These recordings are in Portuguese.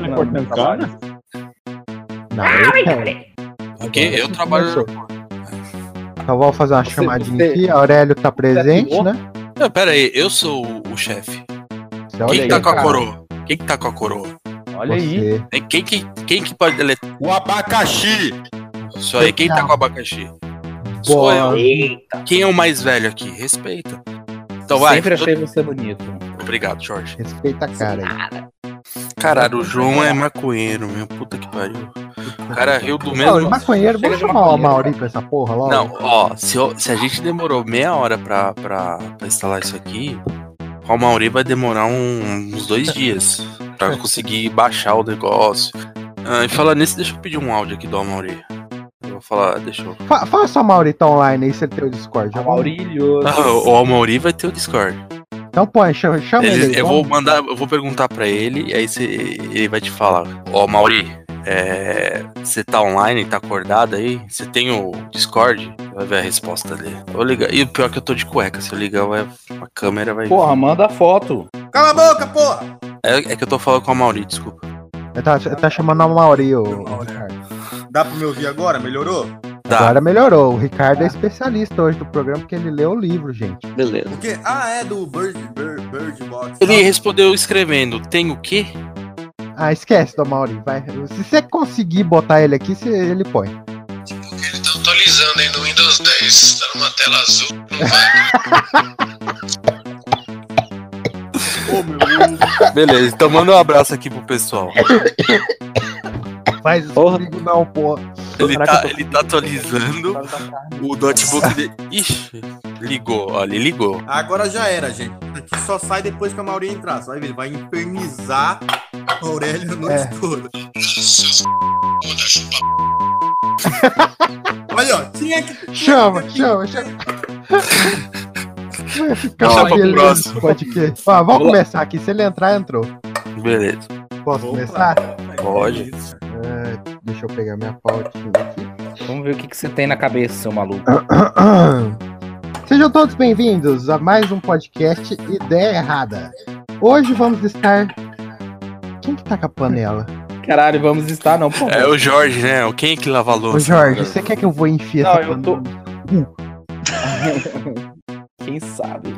cortando trabalho? Não, eu, Porque eu trabalho. Então, eu vou fazer uma chamadinha aqui. Aurélio tá presente, pegou? né? Não, pera aí, eu sou o, o chefe. Você Olha Quem aí, que tá com a cara. coroa? Quem que tá com a coroa? Olha aí. você. Hein, Quem que, quem que pode deletar O abacaxi! isso aí? Quem tá com o abacaxi? Sou Boa. eu. Ei, Quem é o mais velho aqui? Respeita. Então vai. Sempre todo- achei você bonito. Obrigado, Jorge. Respeita a cara aí. Caralho, o João é maconheiro, meu. Puta que pariu. O cara riu do Não, mesmo. maconheiro, Chega vamos de chamar o maconheiro, Mauri pra essa porra logo. Não, ó, se, eu- se a gente demorou meia hora pra, pra, pra instalar isso aqui, o Mauri vai demorar um- uns dois dias pra conseguir baixar o negócio. Ah, e falando nisso, deixa eu pedir um áudio aqui do Amauri. Eu vou falar, deixa eu. Fa faça o Mauri tá online aí, se ele tem o Discord. tá Já vamos- Maurílio. Tá Ah, o Amauri vai ter o Discord. Então põe, chama, chama ele. Ele- aí, eu vou vamos. mandar, eu vou perguntar pra ele, e aí cê- ele vai te falar. Ó, Mauri, você tá online, tá acordado aí? Você tem o Discord? Vai ver a resposta dele. Vou ligar. E o pior é que eu tô de cueca, se eu ligar, vai, a câmera vai. Porra, manda foto. Cala a boca, porra! É, é que eu tô falando com a Mauri, desculpa. Ele tá, ele tá chamando o Mauri, o o Mauri. Ricardo. Dá pra me ouvir agora? Melhorou? Tá. Agora melhorou. O Ricardo é especialista hoje do programa porque ele leu o livro, gente. Beleza. O quê? Ah, é do Bird, Bird, Bird Box. Ele respondeu escrevendo, tem o quê? Ah, esquece do Mauri. Vai. Se você conseguir botar ele aqui, você- ele põe. Tá atualizando aí no Windows 10. Tá numa tela azul. Ô, meu Deus. Beleza, então manda um abraço aqui pro pessoal. Faz isso Porra. comigo não, porra. Ele Caraca, tá, ele tá atualizando o notebook dele. Ixi, ligou, olha, ele ligou. Agora já era, gente. Isso Aqui só sai depois que a Mauri entrar. Só vai ver. Vai infernizar a Aurélia a É. noite toda. Olha, ó. Tinha que. Chama, chama, chama. Vai ficar Deixa uma pra beleza próximo. esse podcast. Ó, vamos Vamos lá. começar aqui. Se ele entrar, entrou. Beleza. Posso começar? Pode. É, deixa eu pegar minha pautinha aqui. Vamos ver o que, que você tem na cabeça, seu maluco. Sejam todos bem-vindos a mais um podcast Ideia Errada. Hoje vamos estar. Quem que tá com a panela? Caralho, vamos estar, não, pô. É o Jorge, né? O- Quem é que lava a louça? Ô Jorge, você quer que eu vou enfiar Não, essa eu tô- Quem sabe?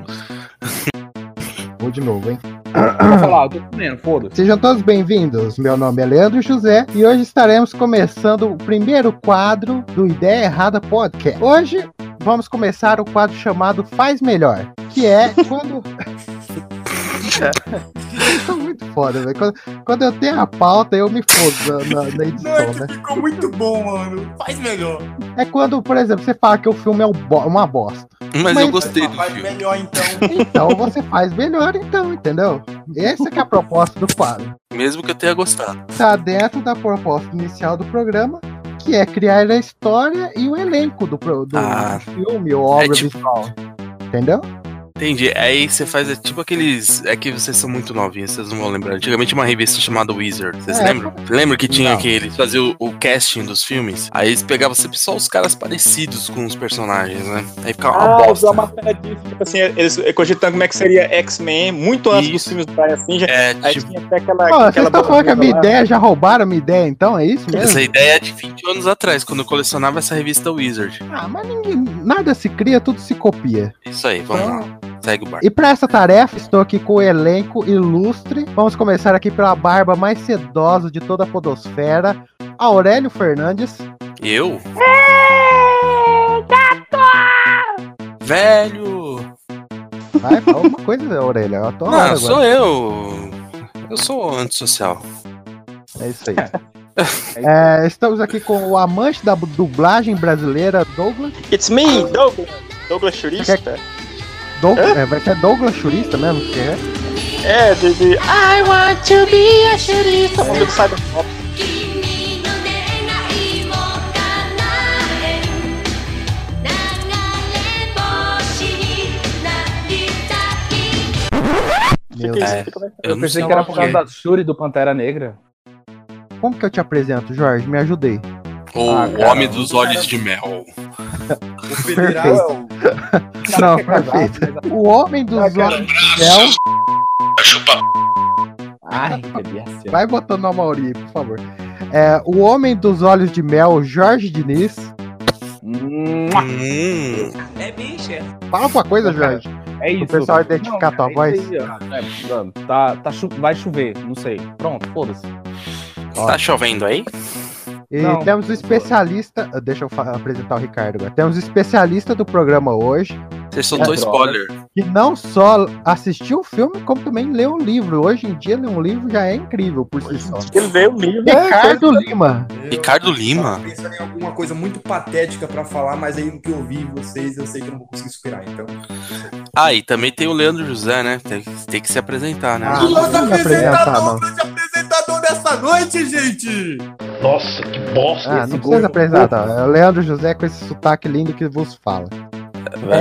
Vou de novo, hein? Ah. Vou falar, eu tô comendo, foda-se. Sejam todos bem-vindos. Meu nome é Leandro José e hoje estaremos começando o primeiro quadro do Ideia Errada Podcast. Hoje vamos começar o quadro chamado Faz Melhor, que é quando. Vocês são muito foda, velho. Quando, quando eu tenho a pauta, eu me fodo na, na- na Não, é edição, né? que ficou muito bom, mano. Faz melhor. É quando, por exemplo, você fala que o filme é um bo- uma bosta. Mas Mas- eu gostei do Faz filme. melhor, então. Então você faz melhor, então, entendeu? Essa que é a proposta do quadro. Mesmo que eu tenha gostado. está Tá dentro da proposta inicial do programa, que é criar a história e o elenco do, pro- do Ah. filme ou obra É tipo- visual. Entendeu? Tá Entendi. Aí você faz é tipo aqueles. É que vocês são muito novinhos, vocês não vão lembrar. Antigamente tinha uma revista chamada Wizard. Vocês É. lembram? Lembra que tinha Não. que eles faziam o, o casting dos filmes? Aí eles pegavam sempre só os caras parecidos com os personagens, né? Aí ficava uma Ah, bosta. usar uma pena disso, tipo assim, eles cogitando como é que seria X-Men, muito antes Isso. dos filmes do Brian Singer. É, Aí tipo, tinha até aquela. Ó, vocês aquela estão falando que a minha lá. ideia, já roubaram a minha ideia, então? É isso mesmo? essa ideia é de 20 anos atrás, quando eu colecionava essa revista Wizard. Ah, mas ninguém, nada se cria, tudo se copia. Isso aí, vamos lá. Segue o bar. E para essa tarefa, estou aqui com o elenco ilustre. Vamos começar aqui pela barba mais sedosa de toda a podosfera, Aurélio Fernandes. Eu? Velho! Vai, fala uma coisa, Aurélio. Eu tô Não, sou eu. Eu sou antissocial. É isso aí. É, estamos aqui com o amante da dublagem brasileira, Douglas. It's me, Douglas. Douglas Churista. Doug, é, vai ser Douglas Churista mesmo? Que é? É, de, de. I want to be a churista. Mundo do Cyberpunk. 君の願いを叶える流れ星になりたい Meu Que Deus. isso? É. Como é que- Eu, Eu não pensei sei que era lá por o quê. causa da Shuri do Pantera Negra. Como que eu te apresento, Jorge? Me ajudei. Ou Ah, o cara, Homem dos Olhos de Mel. O federal é o. Não, é Caraca, perfeito. O homem dos olhos do céu. Chupa Ai, bebi assim. Vai botando a Mauri, por favor. É, o Homem dos Olhos de Mel, Jorge Diniz. Hum, Hum, Fala uma coisa, Jorge. é isso. pessoal identificar cara, tua é voz. isso aí, ó. É, mano, tá, tá chu- vai chover, não sei. Pronto, foda-se. tá chovendo aí? E Não. temos o especialista. Deixa eu fa- apresentar o Ricardo agora. Temos o especialista do programa hoje, Você soltou É droga. spoiler. que não só assistiu o filme, como também leu o livro. Hoje em dia, ler um livro já é incrível por si só. Ele leu o livro. Ricardo Lima. Ricardo Lima? Pensando em alguma coisa muito patética pra falar, mas aí o que eu vi em vocês, eu sei que eu não vou conseguir superar, então. Ah, e também tem o Leandro José, né? Tem, tem que se apresentar, né? Ah, o nosso não vou apresentar, apresentador, não. grande apresentador dessa noite, gente! Nossa, que bosta. Ah, não precisa apresentar. tá? É o Leandro José com esse sotaque lindo que vos fala.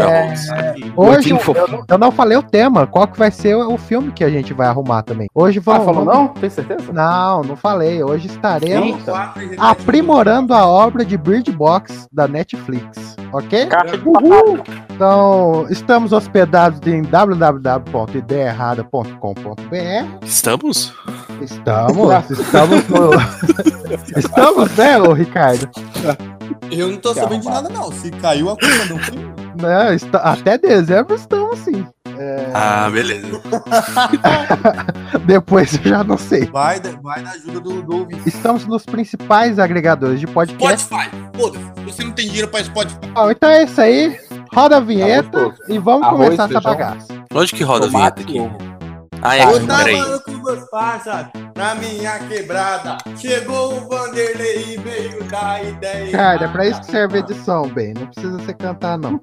Hoje, eu, Gordinho fofo. eu- eu não falei o tema, qual que vai ser o o filme que a gente vai arrumar também. Hoje Ah, vamos. falou vamos- não? Tem certeza? Não, não falei. Hoje estaremos Eita. aprimorando a obra de Bird Box da Netflix, ok? Caixa de Então, estamos hospedados em www.ideaerrada.com.br. é. Estamos? Estamos, estamos no... Estamos, né, ô Ricardo? Eu não tô Que sabendo de arrombado. nada, não. Se caiu a culpa do filme. Não, está- Né, Até dezembro estamos sim. Ah, beleza. Depois eu já não sei. Vai, da- vai da ajuda do, do ouvinte. Estamos nos principais agregadores de podcast. Spotify, foda-se. Você não tem dinheiro pra Spotify. Bom, então é isso aí. Roda a vinheta e vamos Arroz, começar essa feijão. bagaça. Onde que roda Tomate, a vinheta ovo. aqui? Ah, é aqui, Eu tava peraí. lá com meus parças na minha quebrada. Chegou o Vanderlei e veio dar ideia. Cara, é pra isso que serve a edição, bem. Não precisa você cantar, não.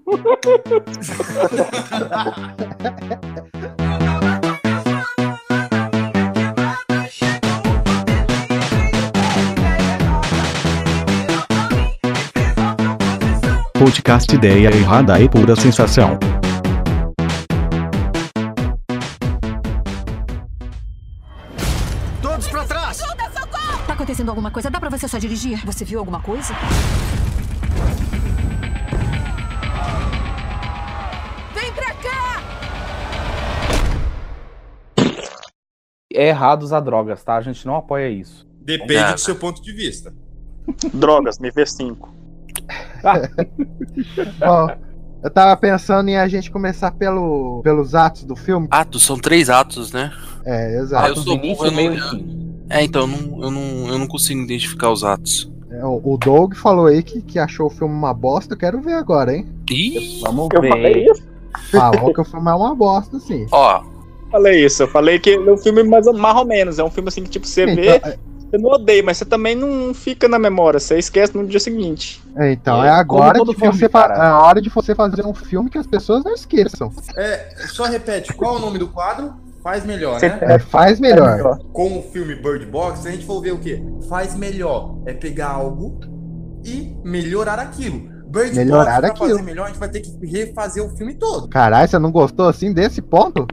Podcast Ideia Errada e Pura Sensação. Tá acontecendo alguma coisa? Dá pra você só dirigir? Você viu alguma coisa? Vem pra cá! É errado usar drogas, tá? A gente não apoia isso. Depende Nada. do seu ponto de vista. drogas, nível 5. Bom, eu tava pensando em a gente começar pelo, pelos atos do filme. Atos, são três atos, né? É, Ah, exato. eu sou burro, eu não- meio e fim. É, então eu não, eu, não, eu não consigo identificar os atos. É, O o Doug falou aí que, que achou o filme uma bosta. Eu quero ver agora, hein? Ih, Vamos Eu ver. falei isso? Falou que o filme é uma bosta, sim. ó, Falei isso. Eu falei que é um filme mais, mais ou menos. É um filme assim que, tipo, você vê, Então, você não odeia, mas você também não fica na memória. Você esquece no dia seguinte. é, então, é agora Como todo que você filme, fa- cara. é a hora de você fazer um filme que as pessoas não esqueçam. É, só repete, qual é o nome do quadro? Faz melhor, né? É, faz melhor. Com o filme Bird Box, a gente for ver o quê? Faz melhor é pegar algo e melhorar aquilo. Bird Melhorar Box, pra aquilo. fazer melhor, a gente vai ter que refazer o filme todo. Caralho, você não gostou assim desse ponto?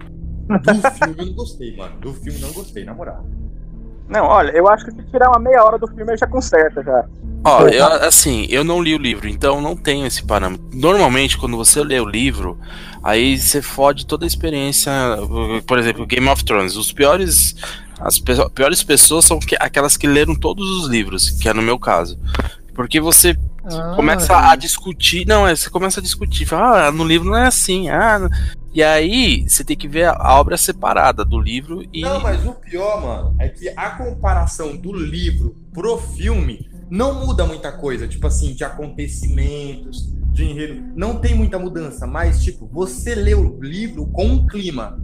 Do filme eu não gostei, mano. Do filme eu não gostei, na moral. Não, olha, eu acho que se tirar uma meia hora do filme, ele já conserta já. ó, eu, assim, eu não li o livro, então não tenho esse parâmetro. Normalmente, quando você lê o livro, aí você fode toda a experiência. uh, Por exemplo, Game of Thrones. Os piores. As pe- piores pessoas são que- aquelas que leram todos os livros, que é no meu caso. Porque você Ah, começa a discutir. Não, é, você começa a discutir. Fala, ah, no livro não é assim. Ah, não-" E aí, você tem que ver a- a obra separada do livro e. Não, mas o pior, mano, é que a comparação do livro pro filme não muda muita coisa, tipo assim, de acontecimentos, de enredo, não tem muita mudança, mas tipo, você lê o livro com um clima.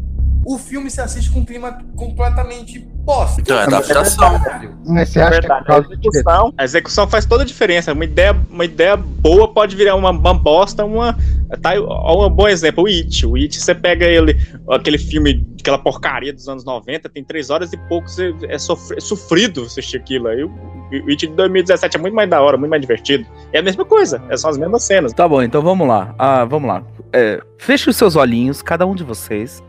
O filme se assiste com um clima completamente bosta. Então, é adaptação. Mas você acha que é por a causa do diretor? execução, a execução faz toda a diferença. Uma ideia, uma ideia boa pode virar uma, uma bosta, uma. Tá, aí, ó, um bom exemplo, o It. O It, você pega ele, aquele filme, aquela porcaria dos anos 90, tem três horas e pouco, você é, sofr- é sofrido assistir aquilo. Aí o, o It de 2017 é muito mais da hora, muito mais divertido. É a mesma coisa, é são as mesmas cenas. Tá bom, então vamos lá. Ah, vamos lá. É, feche os seus olhinhos, cada um de vocês.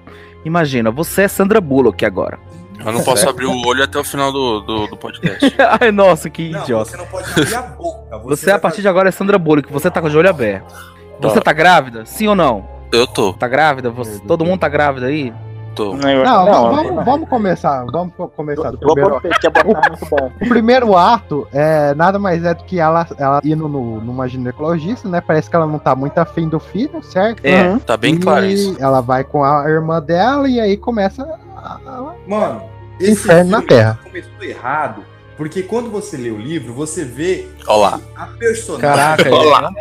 Imagina, você é Sandra Bullock agora. Eu não posso abrir o olho até o final do, do, do podcast. Ai, nossa, que Não, idiota. você não pode abrir a boca. Você, a partir de agora é Sandra Bullock, você tá com o olho aberto. Você Tá. tá grávida? Sim ou não? Eu tô. Tá grávida? Você- todo mundo tá grávida aí? Tô. Eu- Não, Não, vamos, eu- vamos começar. Vamos co- começar do Eu vou primeiro. prometer que abortar é muito bom. O primeiro ato é nada mais é do que ela, ela indo no, numa ginecologista, né? Parece que ela não tá muito afim do filho, certo? É, Uhum. Tá bem E claro isso. Ela vai com a irmã dela e aí começa a- a- Mano, Inferno na Terra. começou errado, porque quando você lê o livro, você vê Ó lá. a personagem. Caraca, Olha lá.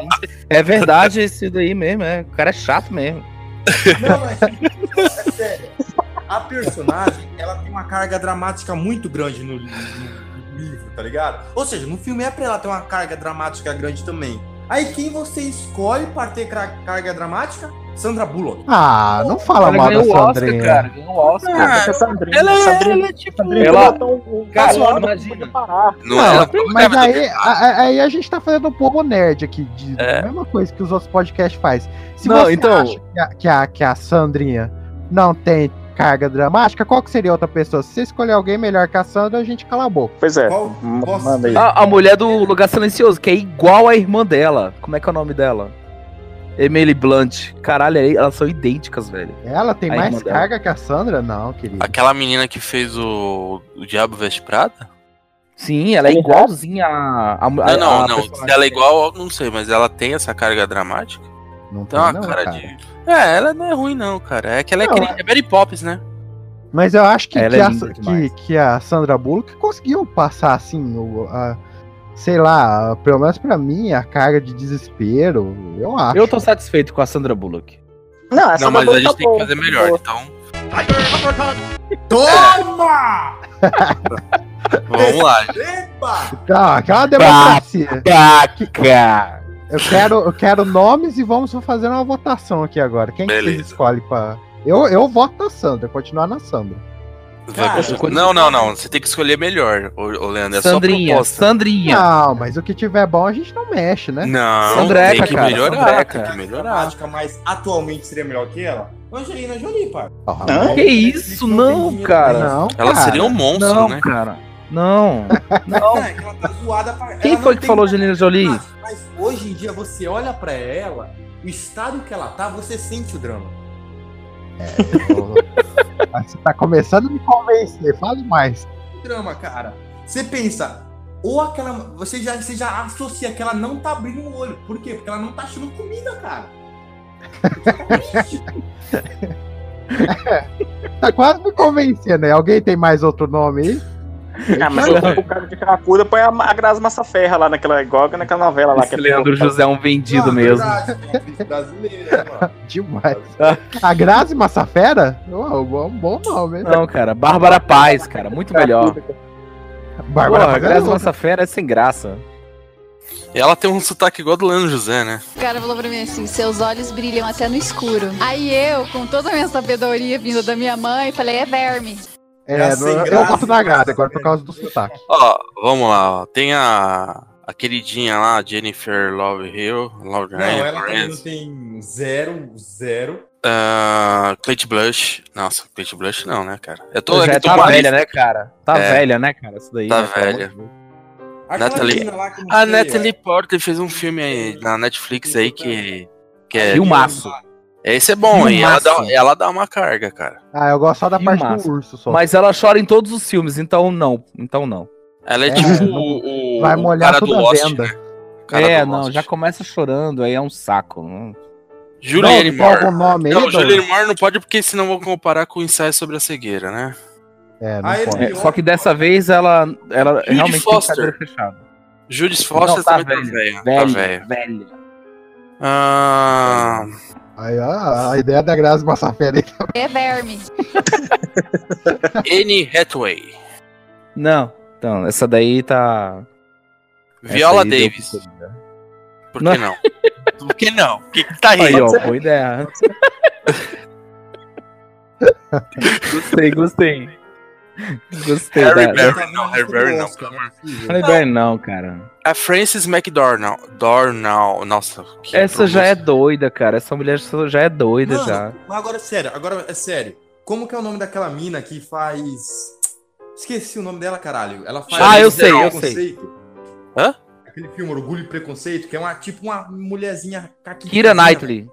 é, é verdade esse daí mesmo, é. O cara é chato mesmo. Não, é, é sério. A personagem, ela tem uma carga dramática muito grande no, no livro, tá ligado? Ou seja, no filme é pra ela ter uma carga dramática grande também. Aí quem você escolhe pra ter cra- carga dramática? Sandra Bullock. Ah, não fala Ela mal da ganhou o Oscar, Sandrinha. cara. Ganhou o Oscar. Porque a Sandrina, Ah, Ela, Sandrina, ela é tipo. Sandrina ela- ela, tão, o Cara, cara, imagina. imagina. Parar. Não, Não, ela não Mas deve ter- aí a, a- aí a gente tá fazendo um povo nerd aqui, de, É. a mesma coisa que os outros podcasts fazem. Se Não, você então- acha que a, que, a, que a Sandrinha não tem carga dramática, qual que seria outra pessoa? Se você escolher alguém melhor que a Sandra, a gente cala a boca. Pois é. Qual- é M- posso- Manda aí. A, a mulher do Lugar Silencioso, que é igual à irmã dela. Como é que é o nome dela? Emily Blunt. Caralho, aí elas são idênticas, velho. Ela tem A mais irmã dela. carga que a Sandra? Não, querido. Aquela menina que fez o, o Diabo Veste Prada? Sim, ela é Sim. igualzinha à. à- Não, à- Ah, não, à não. Se personagem. ela é igual, eu não sei, mas ela tem essa carga dramática. Não tem, Tem uma não, cara, cara. de. É, ela não é ruim, não, cara. É que ela é, Não, aquele... é Mary Poppins, né? Mas eu acho que, Ela que, é a, linda que- demais. que a Sandra Bullock conseguiu passar, assim, o, a- sei lá, pelo menos pra mim, a carga de desespero, eu acho. Eu tô satisfeito com a Sandra Bullock. Não, é essa Não, mas tá a gente tem que boa, fazer tá melhor, boa. então. Toma! Vamos lá. Epa! Tá, aquela democracia. Ah, Taca! Eu quero, eu quero nomes e vamos fazer uma votação aqui agora. Quem que vocês Beleza. escolhe pra. Eu, eu voto na Sandra, continuar na Sandra. Cara, Vai- quando- não, não, não. Você tem que escolher melhor, ô, ô Leandro. É Sandrinha, só proposta. Sandrinha. Não, mas o que tiver bom a gente não mexe, né? Não, Sandreca, tem que cara, melhorar, Sandreca. tem que melhorar. Dramática, mas atualmente seria melhor que ela? Angelina Jolie, pai. Ah, Hã? Que isso, não, cara. Não, Ela cara. seria um monstro, Não, né? cara. Não. Não. É, que ela tá zoada pra... Quem ela não foi que tem falou Angelina Jolie? Mas, mas hoje em dia você olha pra ela, o estado que ela tá, você sente o drama. Mas Você tá começando a me convencer, fale mais. O drama, cara. Você pensa, ou aquela. Você já, você já associa que ela não tá abrindo o olho. Por quê? Porque ela não tá achando comida, cara. Tá quase me convencendo, né? Alguém tem mais outro nome aí? Ah, mas Não. é. o, o cara de cracuda põe a, a Graça Massaferra lá naquela igual que naquela novela lá. Esse que Leandro José é um vendido Ah, mesmo. verdade, tem uma atriz brasileira, né, mano. Demais. A Grazi Massafera? Oh, bom, bom nome, hein? Não, cara. Bárbara Paz, cara. Muito melhor. Bárbara Porra, Fernandes. Graça Nossa Fera é sem graça. E ela tem um sotaque igual do Leandro José, né? O cara falou pra mim assim: seus olhos brilham até no escuro. Aí eu, com toda a minha sabedoria vinda da minha mãe, falei: é verme. É, Graça não- sem eu graça, gosto da Grazi agora por velho. causa do sotaque. Ó, vamos lá, ó. Tem a, a queridinha lá, Jennifer Love Hill, Não, ela tá também não Lawrence, tem zero, zero. ah, Cate Blush. Nossa, Cate Blush não, né, cara? Eu tô, Pois é é, que tô tá com a velha, lista. né, cara? Tá É. velha, né, cara? Isso daí. Tá né, pelo amor velha. de Deus. Aquela Natalie- menina lá que não A sei, Natalie é, Porter fez um filme aí na Netflix aí que. que é, E o Maço. Esse é bom, hein? Ela dá, Filmaço. ela dá uma carga, cara. Ah, eu gosto só da parte Filmaço. do urso é. só. Mas ela chora em todos os filmes, então não. Então não. Ela é, É, tipo não- o, o- vai o molhar cara do toda a Lost. venda. Né? O cara é, do não, Lost. já começa chorando, aí é um saco. não. Julianne Não, tem Moore. algum nome aí, Não, Douglas? Julianne Moore não pode, porque senão vão comparar com o ensaio sobre a cegueira, né? É, não Ah, ele- pode. É, só que dessa vez ela, ela Judy realmente Foster. tem cadeira fechada. Judith Foster Não, tá também tá velha. Tá Velha, velha. velha. Ah, Aí, ó, a ideia da Grazi Massafera aí. É verme. Anne Hathaway. Não, então, essa daí tá. essa Viola aí deu Davis. preferida. Por que não? Por que não? O que, que tá Aí, rindo? ó, boa ideia. gostei, gostei. Gostei. Harry da- Berry. Não, tá muito Harry grossa, Berry não, né? Harry Berry não, cara. A Frances McDornall. Dornall. Nossa, que Essa já é pronúncia. doida, cara. Essa mulher já é doida Mano, já. mas agora é sério, agora é sério. Como que é o nome daquela mina que faz. Esqueci o nome dela, caralho. Ela faz. Ah, eu Orgulho e sei, eu Preconceito. Hã? Aquele filme Orgulho e Preconceito, que é uma, tipo uma mulherzinha caquinha. Kira Knightley.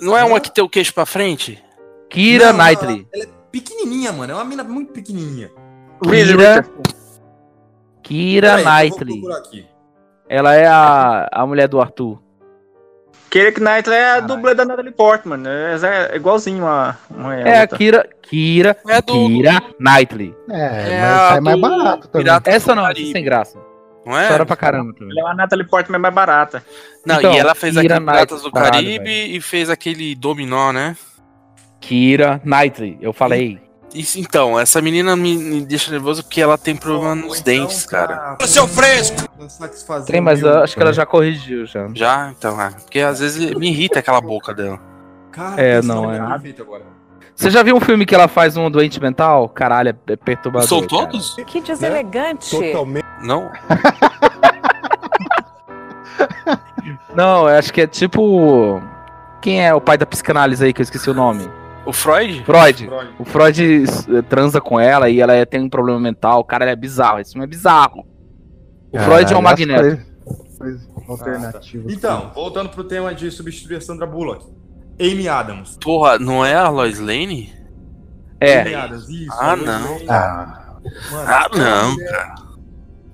é Não é uma que tem o queixo pra frente? Kira Não, Knightley. Ela é pequenininha, mano. É uma mina muito pequenininha. Reese Kira, Richards. Kira Peraí, eu vou Knightley. procurar aqui. Ela é a, a mulher do Arthur. Keira Knightley é a dublê da Natalie Portman. né? É, é igualzinho a. uma É a tá. outra. Kira. Kira. É do. Kira Knightley. É, É mas a sai mais do barato também. Pirata Essa não, do essa é Caribe, sem graça. Não é? Chora pra caramba tá também. Ela é a Natalie Portman mais barata. Não, Então, e ela fez Kira aquele Piratas Knightley, do caralho, Caribe velho. e fez aquele Dominó, né? Kira Knightley, eu falei. Isso, então, essa menina me, me deixa nervoso porque ela tem problema Ou nos então dentes, cara. pra- Seu fresco! pra satisfazer Tem, o mas meu- eu acho que ela já corrigiu já. Já, então, é. Porque às vezes me irrita aquela boca dela. Cara, É, esse não, nome é. perfeito agora. Você já viu um filme que ela faz um doente mental? Caralho, é perturbador. São cara. Né? todos? Que deselegante. Não. Não, eu acho que é tipo. Quem é o pai da psicanálise aí que eu esqueci o nome? O Freud? Freud. O Freud eh, transa com ela e ela tem um problema mental. Cara, ele é bizarro. Esse filme é bizarro. O Freud é um Caralho, as magneto. coisas- coisas Alternativas. Então, voltando pro tema de substituir a Sandra Bullock. Amy Adams. Porra, não é a Lois Lane? É. Amy Adams, isso. Ah, Lois não. Lane. Ah, Mano, é Ah, não.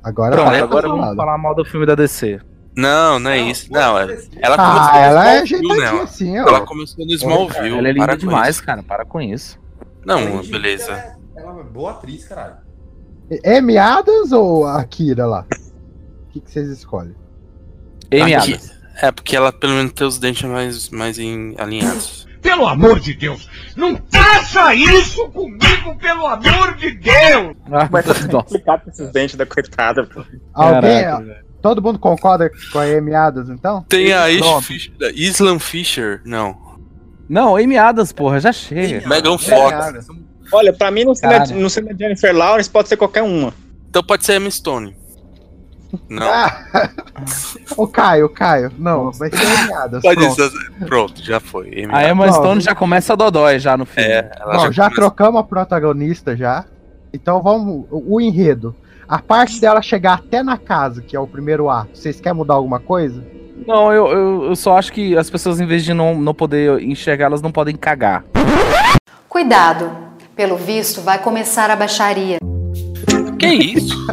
agora Pronto, tá agora falado. vamos falar mal do filme da DC. Não, não é isso. Não, ela, ela Ah, começou no ela é Smallville, né? ajeitadinha assim, Ela ó. começou no Smallville. ela é linda para com demais, isso. cara. Para com isso. Não, Além de que beleza. Ela, é- ela é boa atriz, caralho. M. Adams ou a Kira lá? O que, que vocês escolhem? Amy Aqui- Adams. É, porque ela pelo menos tem os dentes mais, mais em- alinhados. Pelo amor de Deus! Não faça isso comigo, pelo amor de Deus! Ah, Mas tá nossa, complicado com esses dentes da coitada, pô. Alguém, caraca, todo mundo concorda com a M. Adams, então? Tem a Is- Pronto. Fisher- Islam Fisher? Não. Não, Amy Adams, porra, já chega. Megan Adams, Fox. Amy Adams, são- Olha, pra mim, não sendo, a, Cara. não sendo a Jennifer Lawrence, pode ser qualquer uma. Então pode ser a Emma Stone. Não. Ah, o Caio, Caio. Não, vai ser M. Adams. pode pronto. ser. Pronto, já foi. Amy A Emma Não, Stone não. já começa a dodói já no filme. É, ela Bom, já começa- trocamos a protagonista já. Então vamos. O o enredo. A parte dela chegar até na casa, que é o primeiro ato. Vocês querem mudar alguma coisa? Não, eu, eu, eu só acho que as pessoas, em vez de não, não poder enxergar, elas não podem cagar. Cuidado, pelo visto vai começar a baixaria. Que isso?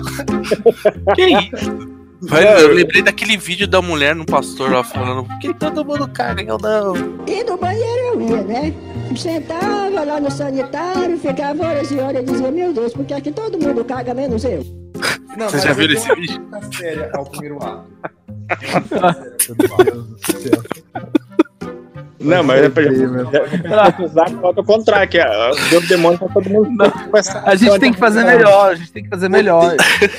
que isso? Vai, eu lembrei daquele vídeo da mulher no pastor lá falando que todo mundo caga, eu não. E no banheiro eu ia, né? Sentava lá no sanitário, ficava horas e horas e dizia, meu Deus, por que é que todo mundo caga menos eu? Não, Vocês mas já eu viram tenho esse uma vídeo? crítica séria ao primeiro ato. Não, mas é pra Sim, meu. usar o contrário, que é, deu o demônio pra todo mundo. com essa- A gente tem que fazer melhor, a gente tem que fazer melhor.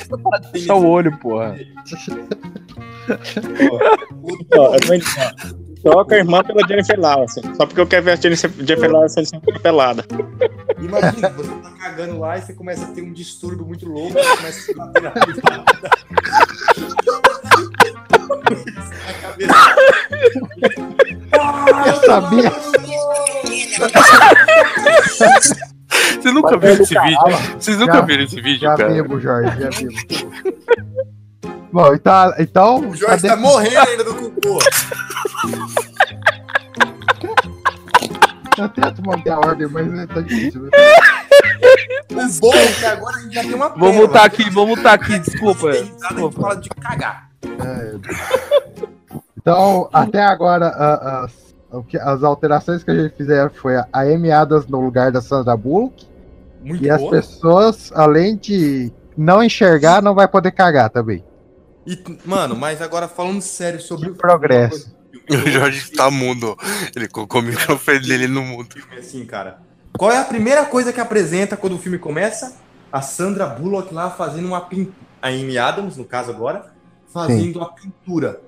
Deixa o olho, porra. Ó, eu tô indo, ó. Troca a irmã pela Jennifer Lawrence. Só porque eu quero ver a Jennifer, Jennifer Lawrence sendo pelada. Imagina, você tá cagando lá e você começa a ter um distúrbio muito louco, você começa a se bater na privada. A cabeça. Ah, Eu sabia. Vocês nunca viram esse vídeo? Vocês nunca Já- viram esse vídeo, Já cara? vivo, Jorge, já vivo. Bom, então. então O Jorge a tá de- morrendo ainda do cocô. Eu tento manter a ordem, mas tá difícil. né? O bom é que agora a gente já tem uma Vamos pérola. mutar aqui, vamos mutar aqui, desculpa. A gente fala de cagar. Então, até agora, a- as, o que- as alterações que a gente fizer foi a Amy Adams no lugar da Sandra Bullock. Muito E as boa. pessoas, além de não enxergar, não vai poder cagar também. E, mano, mas agora falando sério sobre o Progresso. filme, O Jorge tá mudo. Ele colocou o microfone dele no mudo. filme assim, cara. Qual é a primeira coisa que apresenta quando o filme começa? A Sandra Bullock lá fazendo uma pintura. A Amy Adams, no caso agora, fazendo uma pintura.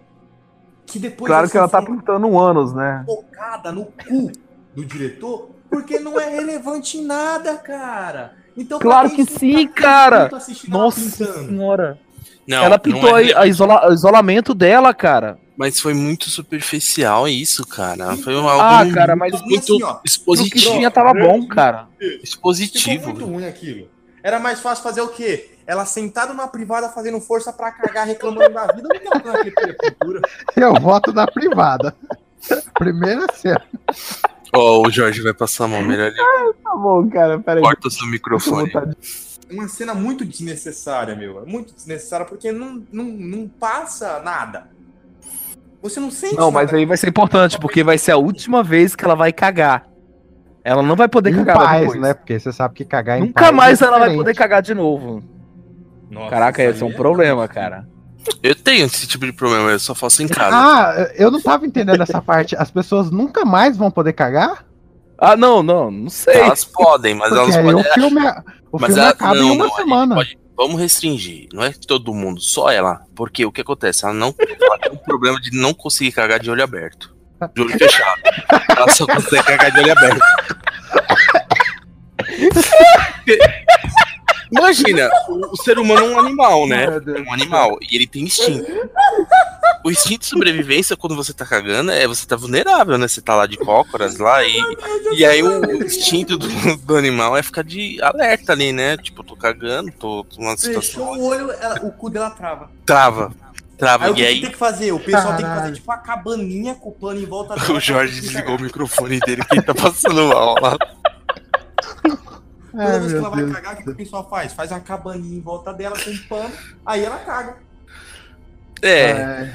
Que depois essa cena pintando um ânus, né? focada no cu do diretor, porque não é relevante em nada, cara. Então, pra Claro que você sim, tá cara. assistindo ela Nossa Tá pintando? senhora. Não, ela pintou não é- aí a isola- o isolamento dela, cara. Mas foi muito superficial isso, cara. Foi um algo Ah, cara, mas Então, muito assim, ó, o que expositivo. tinha tava bom, cara. Ficou muito expositivo. ruim aquilo. Era mais fácil fazer o quê? Ela sentada numa privada fazendo força pra cagar, reclamando da vida do que ela tá naquele pintura. Eu voto na privada. Primeira cena. Ó, o Jorge vai passar a mão, melhor ele Tá bom, cara, peraí. corta o seu microfone. É Uma cena muito desnecessária, meu. É muito desnecessária porque não, não, não passa nada. Você não sente Não, mas nada. aí vai ser importante, porque vai ser a última vez que ela vai cagar. Ela não vai poder Em cagar mais paz, depois. né? Porque você sabe que cagar em Nunca paz é mais ela vai diferente. poder cagar de novo. Nossa, Caraca, isso esse é aí um problema, cara. Eu tenho esse tipo de problema, eu só faço em casa. Ah, eu não tava entendendo essa parte. As pessoas nunca mais vão poder cagar? Ah, não, não, não sei. Elas podem, mas Porque elas aí podem. o filme, o Mas filme ela- acaba não, em uma não, aí semana. pode- Vamos restringir. Não é todo mundo, só ela. Porque o que acontece? Ela não ela tem um problema de não conseguir cagar de olho aberto. De olho fechado. Ela só consegue cagar de olho aberto. Imagina, o, o ser humano é um animal, né? É um animal. E ele tem instinto. O instinto de sobrevivência, quando você tá cagando, é você tá vulnerável, né? Você tá lá de cócoras lá e. E aí o instinto do, do animal é ficar de alerta ali, né? Tipo, tô cagando, tô, tô numa situação. Fechou o olho, ela- o cu dela trava. Trava. Aí Trava. o que e que aí tem que fazer? O pessoal tem que Caralho. fazer tipo uma cabaninha com o plano em volta o Jorge desligou o microfone dele que ele tá passando mal lá. Toda Ai, vez que ela É, meu vai Deus. cagar, o que, que o pessoal faz? Faz uma cabaninha em volta dela com um pano, aí ela caga. É, É,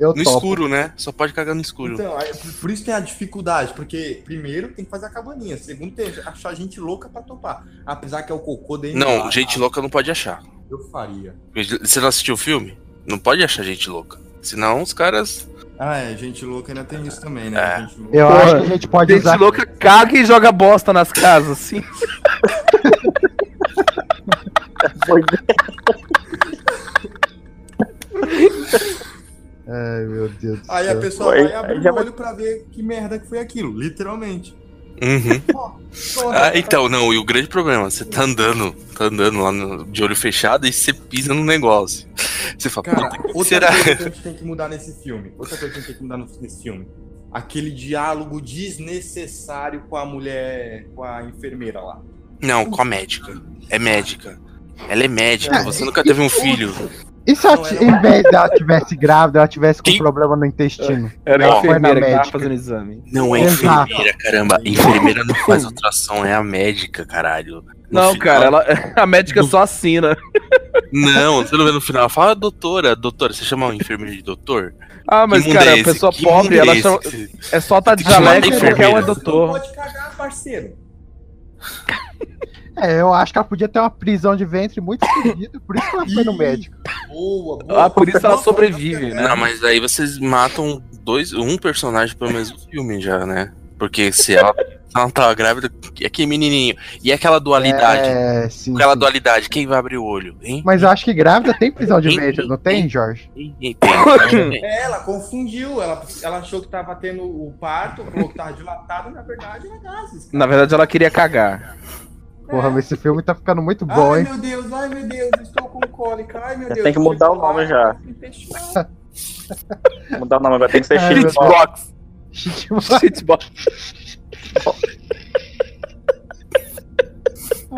eu no topo. escuro, né? Só pode cagar no escuro. Então, aí, por- por isso tem a dificuldade, porque primeiro tem que fazer a cabaninha, segundo tem que achar gente louca pra topar. Apesar que é o cocô dele. Não, gente louca não pode achar. Eu faria. Você não assistiu o filme? Não pode achar gente louca. Senão os caras. Ah, é, gente louca ainda tem isso também, né? É. Gente louca. Eu Porra. acho que a gente pode Gente usar. louca caga e joga bosta nas casas, sim. Ai, é, meu Deus do Aí a céu. pessoa Oi, vai abrir aí já o vai- olho pra ver que merda que foi aquilo, literalmente. Uhum. Porra, Ah, então, não, e o grande problema, você tá andando, tá andando lá no- de olho fechado e você pisa no negócio. Você fala, Cara, puta, que outra será? coisa que a gente tem que mudar nesse filme. Outra coisa que a gente tem que mudar no- nesse filme. Aquele diálogo desnecessário com a mulher, com a enfermeira lá. Não, com a médica. É médica. Ela é médica, você nunca teve um filho. E se é ela t- em vez dela tivesse grávida, ela tivesse com Que- problema no intestino? Era Ó, a enfermeira foi na que tava médica. fazendo exame. Não é Exato. enfermeira, caramba. Enfermeira não faz ultrassom, é a médica, caralho. No Não, final- cara, ela- a médica só assina. Não, você não vê no final. Ela fala, "Ah, doutora, doutora, você chama o enfermeiro de doutor? Ah, mas, Que mundo cara, é a pessoa esse? Que pobre, mundo é ela esse chama- que você- é só tá de Tem que chamar jaleco porque enfermeira. ela é Não doutor. pode cagar, parceiro. É, eu acho que ela podia ter uma prisão de ventre muito fodida, por isso que ela foi no Ih. médico. Boa, boa. Ah, por isso ela Nossa, sobrevive, né? Não, mas aí vocês matam dois, um personagem pelo mesmo filme já, né? Porque se ela, se ela tava grávida, é que menininho. E aquela dualidade, É, sim. aquela sim. dualidade, quem vai abrir o olho, hein? Mas eu acho que grávida tem prisão de ventre, não tem, Tem. Jorge? Hein, hein, tem. É, ela confundiu. Ela, ela achou que tava tendo o parto, falou que tava dilatado, na verdade era gases. Na verdade, ela queria cagar. Porra, mas esse filme tá ficando muito bom, Ai, hein? meu Deus, ai, meu Deus, estou com cólica. Ai, meu Já Deus. tem que mudar o nome Ai, já. me fechou. Vou Mudar o nome, vai ter que ser Ai, Chico. Shitbox. Shitbox.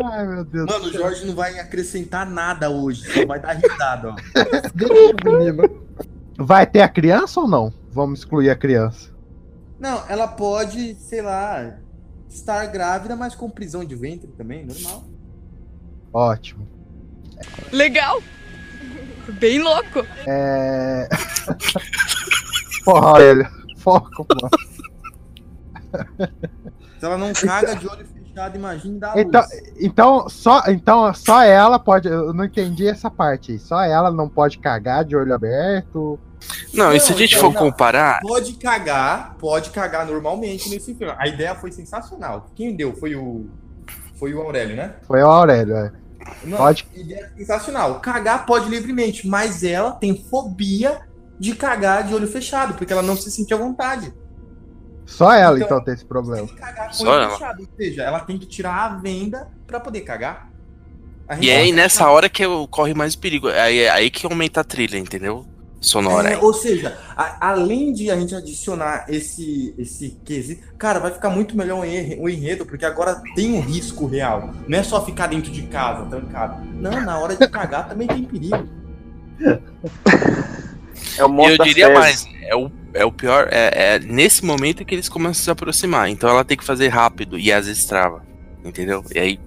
Ai, meu Deus. Mano, o Jorge não vai acrescentar nada hoje, só vai dar risada, ó. Deixa o menino. Vai ter a criança ou não? Vamos excluir a criança. Não, ela pode, sei lá, estar grávida, mas com prisão de ventre também, normal. Ótimo. Legal. Bem louco. É. Porra, Aurélio. Foco, mano. Se ela não caga de olho fechado, imagina dar Então, luz. então, só, então, só ela pode. Eu não entendi essa parte aí. Só ela não pode cagar de olho aberto. Não, e se a gente for comparar, Pode cagar, pode cagar normalmente nesse filme. A ideia foi sensacional. Quem deu foi o foi o Aurélio, né? Foi o Aurélio, é. Não, Pode. Ideia é sensacional. Cagar pode livremente, mas ela tem fobia de cagar de olho fechado, porque ela não se sente à vontade. Só ela, Então- então, tem esse Tem problema. que cagar com Só o olho ela. fechado, ou seja, ela tem que tirar a venda pra poder cagar. A e é aí nessa hora que eu- corre mais perigo. Aí, é aí que aumenta a trilha, entendeu? Sonora. É, aí. ou seja, a- além de a gente adicionar esse, esse quesito, cara, vai ficar muito melhor o enre- o enredo, porque agora tem um risco real. Não é só ficar dentro de casa, trancado. Não, na hora de cagar também tem perigo. É o E eu diria mais, é o, é o pior, é, é nesse momento que eles começam a se aproximar. Então ela tem que fazer rápido e às vezes trava, entendeu? E aí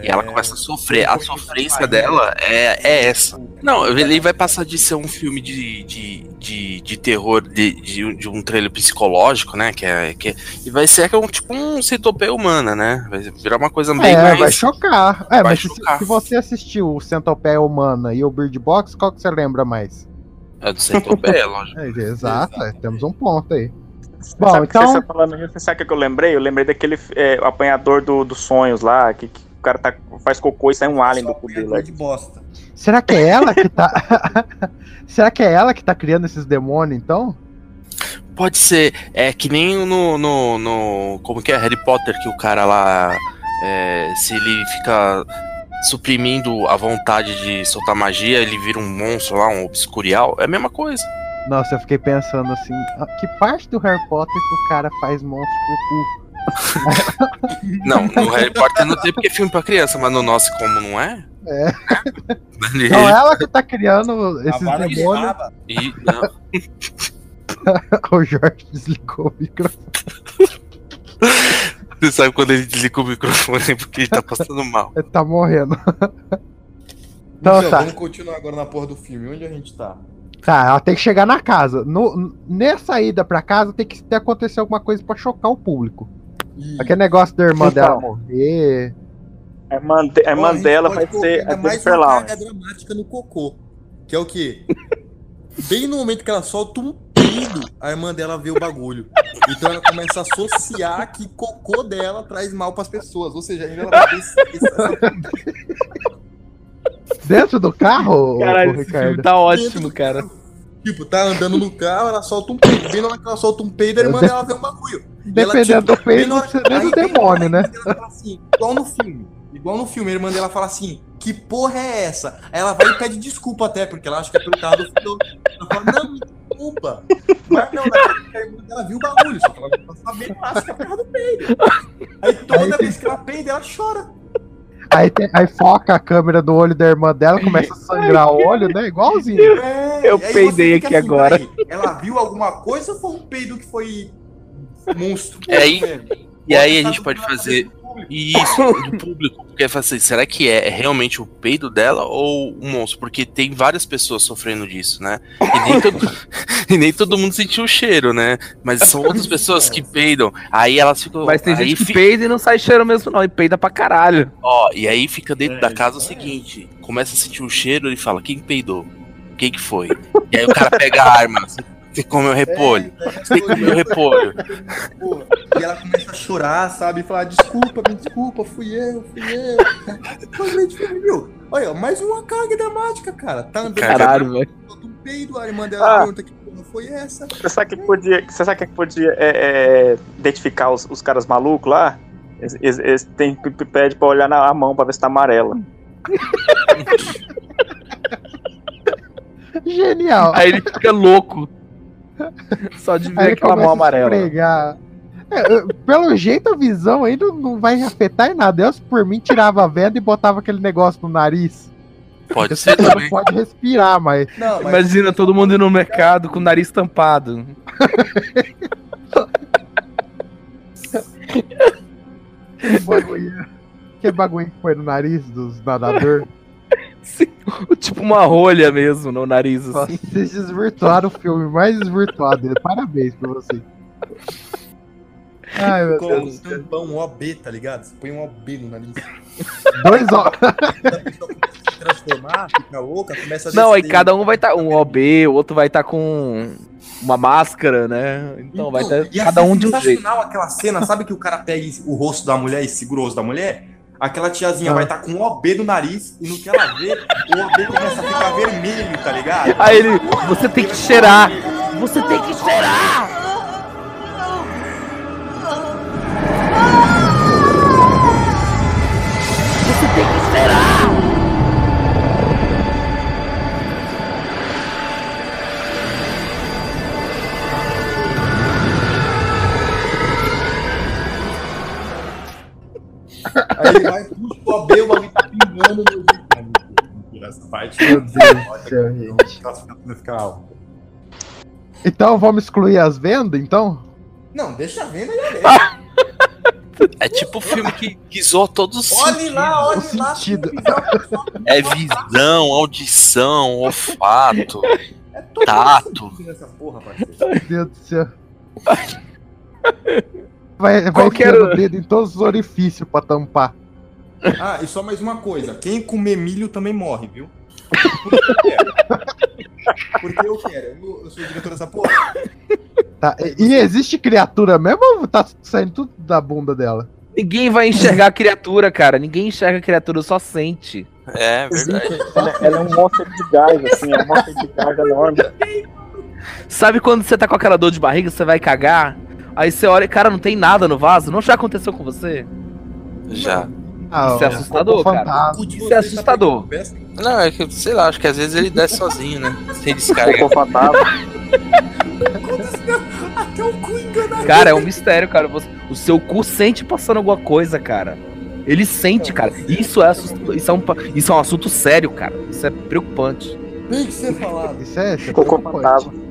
e ela começa a sofrer. A sofrência dela é, é essa. Não, ele vai passar de ser um filme de, de, de, de terror, de, de, um- de um trailer psicológico, né? Que é, que é- e vai ser que é um, tipo um centopeia humana, né? Vai virar uma coisa bem é, mais... vai chocar. É, vai mas se- chocar. Se, você assistiu o Centopeia Humana e o Bird Box, qual que você lembra mais? É do centopeia, lógico. É, exato, é, temos um ponto aí. Bom, Bom, sabe então... então. você tá falando isso? Sabe o que que eu lembrei? Eu lembrei daquele é, apanhador do- dos sonhos lá, que, que o cara tá, faz cocô e sai um alien do cu dele. De bosta. Será que é ela que tá. Será que é ela que tá criando esses demônios, então? Pode ser, é que nem no, no, no- Como que é? Harry Potter, que o cara lá. é, se ele fica suprimindo a vontade de soltar magia, ele vira um monstro lá, um obscurial. É a mesma coisa. Nossa, eu fiquei pensando assim, ah, que parte do Harry Potter que o cara faz monstro pro cu? Não, no Harry Potter não tem porque é filme pra criança, mas no nosso, como não é? É. Ele- Não, ela que tá criando esses vara de demônios. raba. E- não. o Jorge desligou o microfone. Você sabe quando ele desliga o microfone porque ele tá passando mal. Ele tá morrendo. Então Michel, tá. Vamos continuar agora na porra do filme. Onde a gente tá? Tá, ela tem que chegar na casa. No, n- nessa ida pra casa tem que ter acontecer alguma coisa pra chocar o público. Aquele negócio da irmã dela Então. morrer. A irmã, de- a irmã Ó, gente É dela pode vai colocar ser a ainda mais um Jennifer uma Lawrence. carga dramática no cocô. Que é o quê? Bem no momento que ela solta um peido, a irmã dela vê o bagulho. Então ela começa a associar que cocô dela traz mal pras pessoas. Ou seja, ainda ela vai ter esse- esse- Dentro do carro, Caralho, ô, esse Ricardo? filme tá ótimo, cara. Tipo, tá andando no carro, ela solta um peido. Bem na hora que ela solta um peido, a irmã De- dela vê um bagulho. E ela, Dependendo tipo, do peito, bem na hora- você vê Aí, do demônio, né? assim, igual no filme. Igual no filme, a irmã dela fala assim: que porra é essa? Aí ela vai e pede desculpa até, porque ela acha que é pelo carro do filho. Ela fala, não, me desculpa. Mas não, ela- a irmã dela viu o bagulho, só que ela não sabia que é por causa do peido. Aí toda vez que ela peida, ela chora. Aí, tem- aí foca a câmera do olho da irmã dela, começa a sangrar o olho, né? Igualzinho. É, e aí você fica assim, peraí, Ela viu alguma coisa ou foi um peido que foi monstro? É aí- E aí a gente pode fazer isso do público, porque fala assim, será que é realmente o peido dela ou o monstro? Porque tem várias pessoas sofrendo disso, né? E nem todo, e nem todo mundo sentiu o cheiro, né? Mas são outras pessoas que peidam. Aí elas ficam. Mas tem aí gente que fica- peida e não sai cheiro mesmo, não. E peida pra caralho. Ó, e aí fica dentro da casa o seguinte: começa a sentir o cheiro, ele fala, quem peidou? Quem que foi? E aí o cara pega a arma, "Você- você comeu repolho, você comeu repolho. E ela começa a chorar, sabe? E falar, desculpa, me desculpa, fui eu, fui eu. Realmente fui eu. Olha, mais uma carga dramática, cara. Tá andando Caralho, velho. no peido, a irmã dela Ah. pergunta que porra foi essa. Você sabe que podia, você sabe que podia é, é, identificar os, os caras malucos lá? Eles, eles- eles têm p- p- pede pra olhar na a mão pra ver se tá amarela. Genial. Aí ele fica louco. Só de Aí ver ele aquela começa mão a amarela. esfregar. É, eu- pelo jeito, a visão ainda não vai afetar em nada. Eu, se por mim, tirava a venda e botava aquele negócio no nariz. Pode Você ser não também. pode respirar, mas. Não, mas Imagina todo mundo indo no mercado com o nariz tampado. Que bagulho. Que bagulho que foi no nariz dos nadadores? Tipo uma rolha mesmo no nariz, assim. Vocês desvirtuaram o filme mais desvirtuado dele. Parabéns pra vocês. Ai, meu com Deus. um tampão um OB, tá ligado? Você põe um OB no nariz. Dois ó. Se transformar, fica louca, começa a Não, aí descer. cada um vai estar um OB, o outro vai estar com uma máscara, né? Então vai estar e cada assim, um de um jeito. sensacional aquela cena, sabe que o cara pega o rosto da mulher e segura o rosto da mulher? Aquela tiazinha Ah. vai estar com um OB no nariz e no que ela vê, o OB começa a ficar vermelho, tá ligado? Aí ele, você tem que cheirar. Você tem que cheirar. Aí ele vai, puxa o OB, o bagulho tá pingando no Essa parte. é né? Meu Deus do céu, gente. Nossa, fica- fica alto. Então vamos excluir as vendas, então? Não, deixa a venda e a É tipo o filme que, que zoa todos os Olhe lá, olhe lá. É visão, audição, olfato, tato. Nessa porra, parceiro. Meu Deus do céu. Vai, vai Qualquer- enfiando o dedo em todos os orifícios pra tampar. Ah, e só mais uma coisa. Quem comer milho também morre, viu? Porque eu quero. Eu, eu sou o diretor dessa porra. Tá, e- E existe criatura mesmo ou tá saindo tudo da bunda dela? Ninguém vai enxergar a criatura, cara. Ninguém enxerga a criatura, só sente. É, verdade. Ela, ela é um monstro de gás, assim, é um monstro de gás enorme. Sabe quando você tá com aquela dor de barriga, você vai cagar? Aí você olha e, cara, não tem nada no vaso. Não já aconteceu com você? Já. Ah, Isso é assustador, cara. tá Isso é assustador. Não, é que, sei lá, acho que às vezes ele desce sozinho, né? Sem descarga. Cocô fantasma. Até o cu enganado. Cara, é um mistério, cara. Você- o seu cu sente passando alguma coisa, cara. Ele sente, cara. Isso é assustador. Isso é um, pa- isso é um assunto sério, cara. Isso é preocupante. Tem que ser falado. Isso é, isso é Cocô preocupante. fantasma.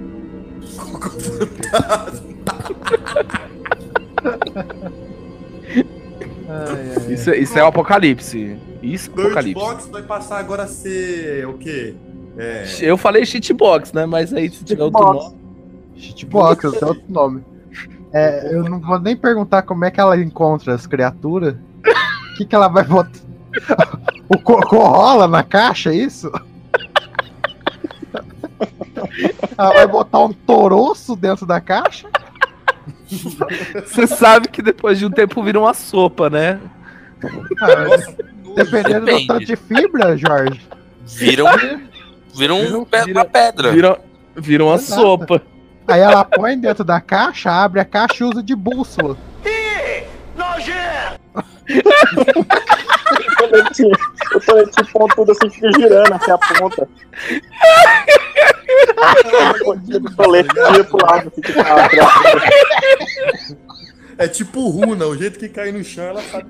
Ai, ai, ai. Isso, é- isso é o apocalipse. Isso é o apocalipse. Bird Box vai passar agora a ser o quê? É. Eu falei shitbox, né? Mas aí se tiver outro Shitbox. nome. Shitbox, até outro nome. É, eu não vou nem perguntar como é que ela encontra as criaturas. O que, que ela vai botar? O cocô rola na caixa, é isso? Ela vai botar um toroço dentro da caixa? Você sabe que depois de um tempo vira uma sopa, né? Ah, dependendo do Depende. tanto de fibra, Jorge. Vira um. Vira um pe- vira- uma pedra. Vira, vira uma Exato. sopa. Aí ela põe dentro da caixa, abre a caixa e usa de bússola. O toletinho, o toletinho pontudo assim fica girando, assim, a ponta. O tolete gira pro lado, assim, tipo, ah, pra- É tipo runa, o jeito que cai no chão, ela sabe.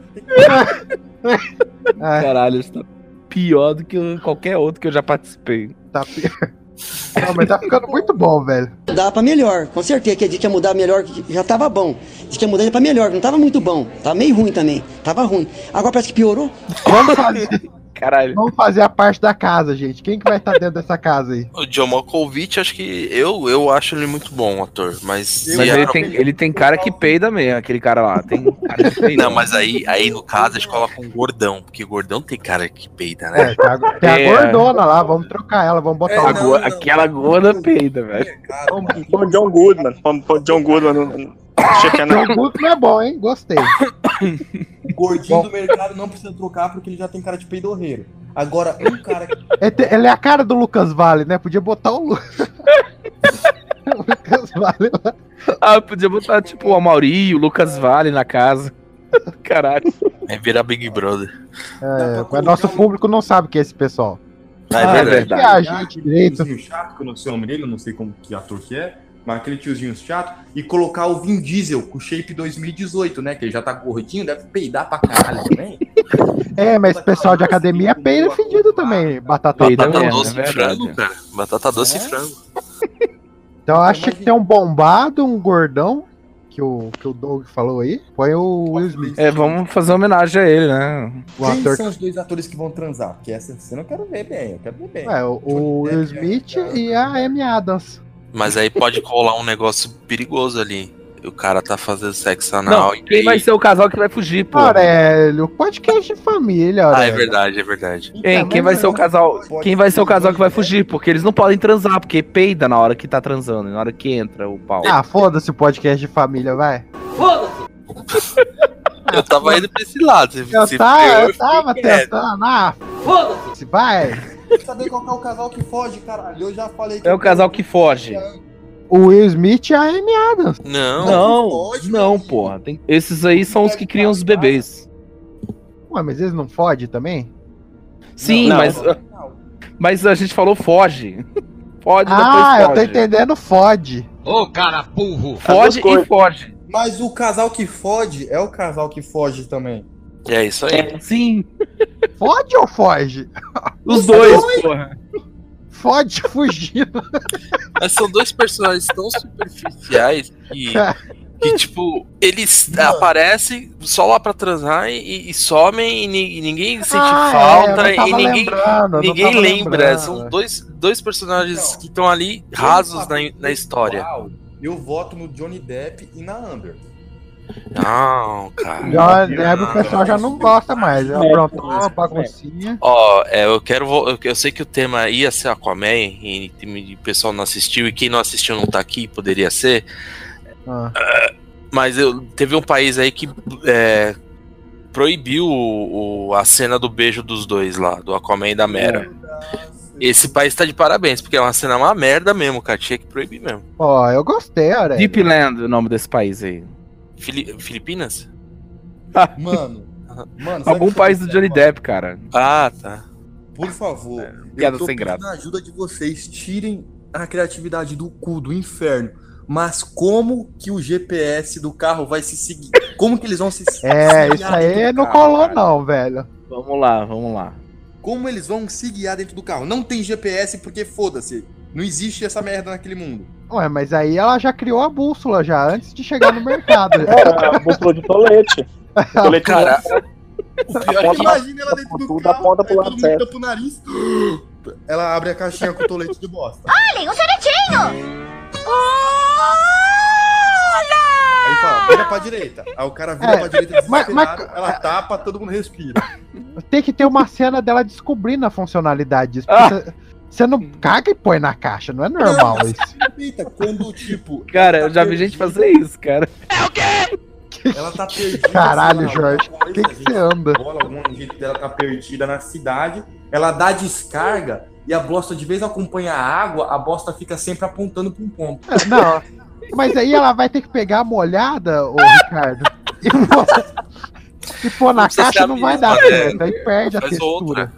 Ah, Caralho, isso tá pior do que qualquer outro que eu já participei. tá... pi- Não, mas tá ficando muito bom, velho. Dá pra melhor, com certeza. Que a gente ia mudar melhor, que já tava bom. Diz que ia mudar pra melhor, que não tava muito bom. Tava meio ruim também. Tava ruim. Agora parece que piorou. Vamos fazer, Caralho. vamos fazer a parte da casa, gente. Quem que vai estar dentro dessa casa aí? O John Malkovich, acho que. Eu, eu acho ele muito bom, um ator. Mas. Mas se ele a- tem, ele tem cara que peida mesmo, aquele cara lá. Tem cara que peida. Não, mas aí, aí no caso eles colocam um gordão. Porque gordão tem cara que peida, né? É, tem a, tem a É. gordona lá, vamos trocar ela, vamos botar É, A uma não, go- Aquela gorda peida, velho. é Vamos pôr o tipo, John Goodman. Vamos pôr o John Goodman no- no- checando a- John Goodman é bom, hein? Gostei. O gordinho do mercado não precisa trocar porque ele já tem cara de peidorreiro. Agora, um cara que. Ele, te- ele é a cara do Lucas Vale, né? Podia botar o, Lu... o Lucas Vale lá. Ah, podia botar tipo o Amauri, o Lucas Vale na casa. Caralho. É virar Big Brother. É, mas nosso um público não sabe que é esse pessoal. É Ah, é verdade. verdade. Que a gente direito. tiozinho chato, que eu não sei o nome dele, eu não sei como que ator que é, mas aquele tiozinho chato, e colocar o Vin Diesel com o shape 2018, né? Que ele já tá gordinho, deve peidar pra caralho também. É, mas esse pessoal de academia é peida fedido também, batata Peida doce. Batata É, doce é e verdade. É? frango, cara. Batata doce e frango. Então eu acho que tinha que tem um bombado, um gordão, que o, que o Doug falou aí. Põe o Will Smith, É, vamos fazer homenagem a ele, né? o Quem ator. são os dois atores que vão transar? Porque essa cena eu quero ver bem, eu quero ver bem. É, o- o Will Smith e a Amy Adams. Mas aí pode colar um negócio perigoso ali. O cara tá fazendo sexo Não, anal e quem aí- vai ser o casal que vai fugir, pô? Aurélio, podcast de família, Ah, é Aurélio. verdade, é verdade. Então, Hein, quem vai ser o casal? Quem vai né? ser né? o casal que vai fugir? Porque eles não podem transar, porque peida na hora que tá transando, na hora que entra o pau. ah, foda-se o podcast de família, vai. Eu tava indo pra esse lado. Se, Eu, se Ah, tá, ferrou, eu tava fiquei quieto. tentando, ah, foda-se, vai. Saber qual que é o casal que foge, caralho. Eu já falei É o casal que foge. O Will Smith e a Amy Adams. Não, Não, foge, não, porra. Tem- Esses aí são os que criam os bebês. Ué, mas eles não fodem também? Sim, Não. mas, mas a gente falou foge. Foge, ah, eu depois tô foge. entendendo, fode. Ô, cara burro! Foge As duas e foge. Mas o casal que foge é o casal que foge também. É isso aí. Sim, Fode ou foge? os dois, porra. fode fugindo. Mas são dois personagens tão superficiais que, que tipo, eles aparecem só lá pra transar e, e somem e, ni- e ninguém sente Ah, é, falta eu não e tava ninguém, lembrando, eu não ninguém tava lembra. lembrando. São dois, dois personagens que estão ali rasos na, na história. Eu voto no Johnny Depp e na Amber. Não, cara. Já, né, o pessoal já não gosta mais. Já aprontou uma baguncinha. Ó, é, eu quero. vo- eu- Eu sei que o tema ia ser Aquaman e, e o pessoal não assistiu, e quem não assistiu não tá aqui, poderia ser. Ah. Mas eu, teve um país aí que é, proibiu o- o- a cena do beijo dos dois lá, do Aquaman e da Mera. Esse país tá de parabéns, porque é uma cena uma merda mesmo, cara. Tinha que proibir mesmo. Ó, eu gostei, olha. aí. Deepland, o nome desse país aí. Fili- Filipinas? Mano, mano, sabe Algum o que eu país do quero Johnny agora? Depp, cara. Ah, tá. Por favor, É, piada eu tô sem pedindo graça. a ajuda de vocês. Tirem a criatividade do cu, do inferno. Mas como que o GPS do carro vai se seguir? Como que eles vão se se É, guiar isso aí dentro do não carro, colou, cara? não, velho. Vamos lá, vamos lá. Como eles vão se guiar dentro do carro? Não tem GPS porque foda-se. Não existe essa merda naquele mundo. Ué, mas aí ela já criou a bússola já, antes de chegar no mercado. É. a bússola de tolete. Tolete Cara, Imagina ela dentro do carro, ponta aí todo mundo tampa o nariz. Ela abre a caixinha com o tolete de bosta. Olhem, um sorvetinho! Olá! Aí fala, vira pra direita. Aí o cara vira É, pra direita desesperado, ela tapa, todo mundo respira. Tem que ter uma cena dela descobrindo a funcionalidade disso. Ah. porque Você não caga e põe na caixa, não é normal Não, isso. Eita, quando, tipo, Cara, eu já vi gente fazer isso, cara. ela tá perdida. Caralho, sei lá, Jorge, alguma o que, que coisa, você anda? bola, algum jeito dela tá perdida na cidade, ela dá descarga e a bosta, de vez acompanha a água, a bosta fica sempre apontando pra um ponto. É, Não, mas aí ela vai ter que pegar a molhada, ô Ricardo. E pôr, e pôr na Não precisa caixa ser a não vai mesma, dar né? certo, aí perde a Faz textura. outra.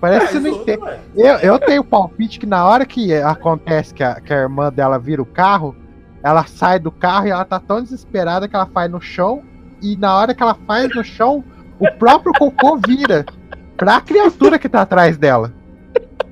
Parece que É, você não entende. Eu, eu tenho palpite que na hora que acontece que a, que a irmã dela vira o carro, ela sai do carro e ela tá tão desesperada que ela faz no chão. E na hora que ela faz no chão, o próprio cocô vira pra criatura que tá atrás dela.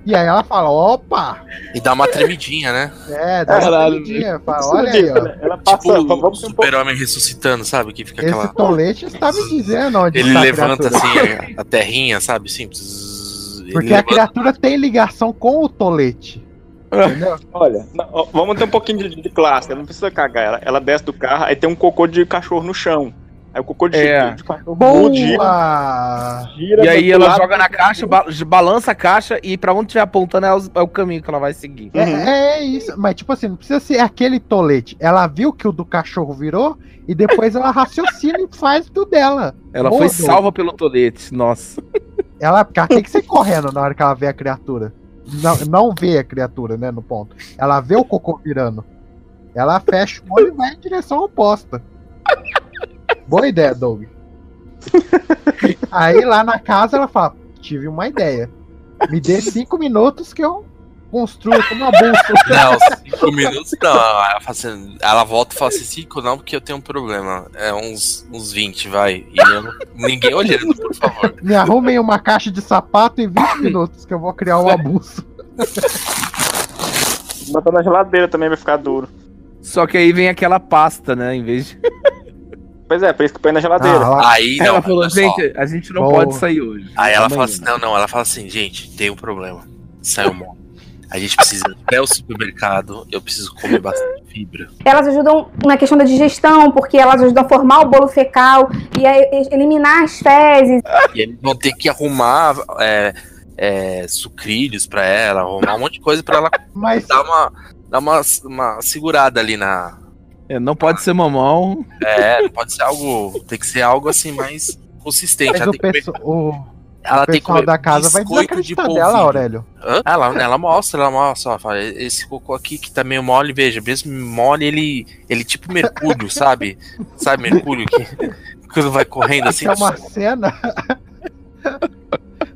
E aí ela fala: opa! E dá uma tremidinha, né? É, dá uma Caralho, tremidinha, é um fala, olha aí, ó. Ela passa. Tipo, o vamos supor. super-homem ressuscitando, sabe? Que fica aquela. Esse tolete está me dizendo onde Ele está a levanta criatura. assim Tá, a, a terrinha, sabe? Assim. bzzz, ele Porque a é levanta. criatura tem ligação com o tolete. Entendeu? Olha, não, ó, vamos ter um pouquinho de, de classe. Ela não precisa cagar. Ela, ela desce do carro, aí tem um cocô de cachorro no chão. Aí o cocô de, É. de cachorro gira, Boa! gira E aí do ela lado. joga na caixa, ba- balança a caixa e pra onde estiver apontando é os- é o caminho que ela vai seguir. É, Uhum. é isso, mas tipo assim, não precisa ser aquele tolete. Ela viu que o do cachorro virou e depois ela raciocina e faz do dela. Ela Boa, foi Doug. salva pelo tolete, nossa. Ela, porque ela tem que ser correndo na hora que ela vê a criatura. Não, não vê a criatura, né? No ponto. Ela vê o cocô virando. Ela fecha o olho e vai em direção oposta. Boa ideia, Doug. Aí lá na casa ela fala: tive uma ideia. Me dê cinco minutos que eu construo aqui uma bússola. Não, cinco minutos não. Ela, fala assim- ela volta e fala assim, cinco não, porque eu tenho um problema. É uns, uns 20, vai. E eu não- ninguém olhando, por favor. Me arrumem uma caixa de sapato em 20 minutos que eu vou criar um uma bússola. Botar Uhum. na geladeira também vai ficar duro. Só que aí vem aquela pasta, né? Em vez de. Pois é, por isso que põe na Ah, geladeira. lá- Aí não. ela falou, olha só. gente, a gente não Boa. pode sair hoje. Aí ela fala Amanhã. assim, não, não, ela fala assim, gente, tem um problema. Saiu mó. A gente precisa ir até o supermercado, eu preciso comer bastante fibra. Elas ajudam na questão da digestão, porque elas ajudam a formar o bolo fecal e a e- eliminar as fezes. E eles vão ter que arrumar é, é, sucrilhos pra ela, arrumar um monte de coisa pra ela Mas dar uma, dar uma, uma segurada ali na. É, não pode ser mamão. É, pode ser algo. Tem que ser algo assim mais consistente. mas Ela o, tem que comer, pesso- o ela tem que pessoal comer da casa vai biscoito de desacreditar polvilho. dela, Aurélio. Hã? Ela, ela mostra, ela mostra, ó, fala, esse cocô aqui que tá meio mole, veja, mesmo mole, ele, ele tipo mercúrio, sabe? Sabe mercúrio que quando vai correndo assim, Tem que ter é uma cena.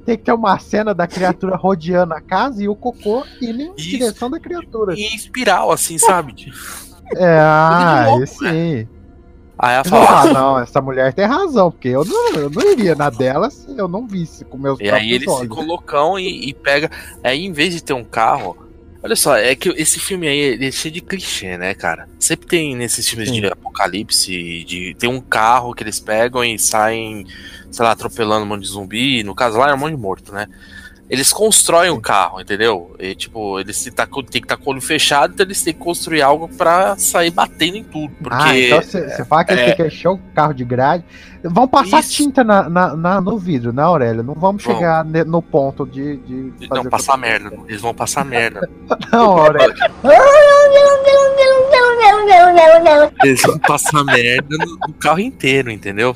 Tem que ter uma cena da criatura rodeando a casa e o cocô indo em Isso. direção da criatura. em espiral assim, sabe? É, ah, louco, esse sim. Aí ela Ah, fala. não, essa mulher tem razão, porque eu não, eu não iria na dela se eu não visse com meus E aí eles se colocam e, e pega. Aí em vez de ter um carro. Olha só, é que esse filme aí ele é cheio de clichê, né, cara? Sempre tem nesses filmes de apocalipse, de tem um carro que eles pegam e saem, sei lá, atropelando um monte de zumbi. No caso lá é um monte de morto, né? Eles constroem o carro, entendeu? E, tipo, eles têm que tá com- têm que estar com o olho fechado, então eles têm que construir algo pra sair batendo em tudo. Porque. ah, então você fala que é, ele quer show carro de grade. Vão passar tinta na, na- na- no vidro, na Aurélia. Não vamos Vão. chegar ne- no ponto de. de Não, passar merda. Eles vão passar merda. Não, Aurélia. Eles vão passar merda no, no carro inteiro, entendeu?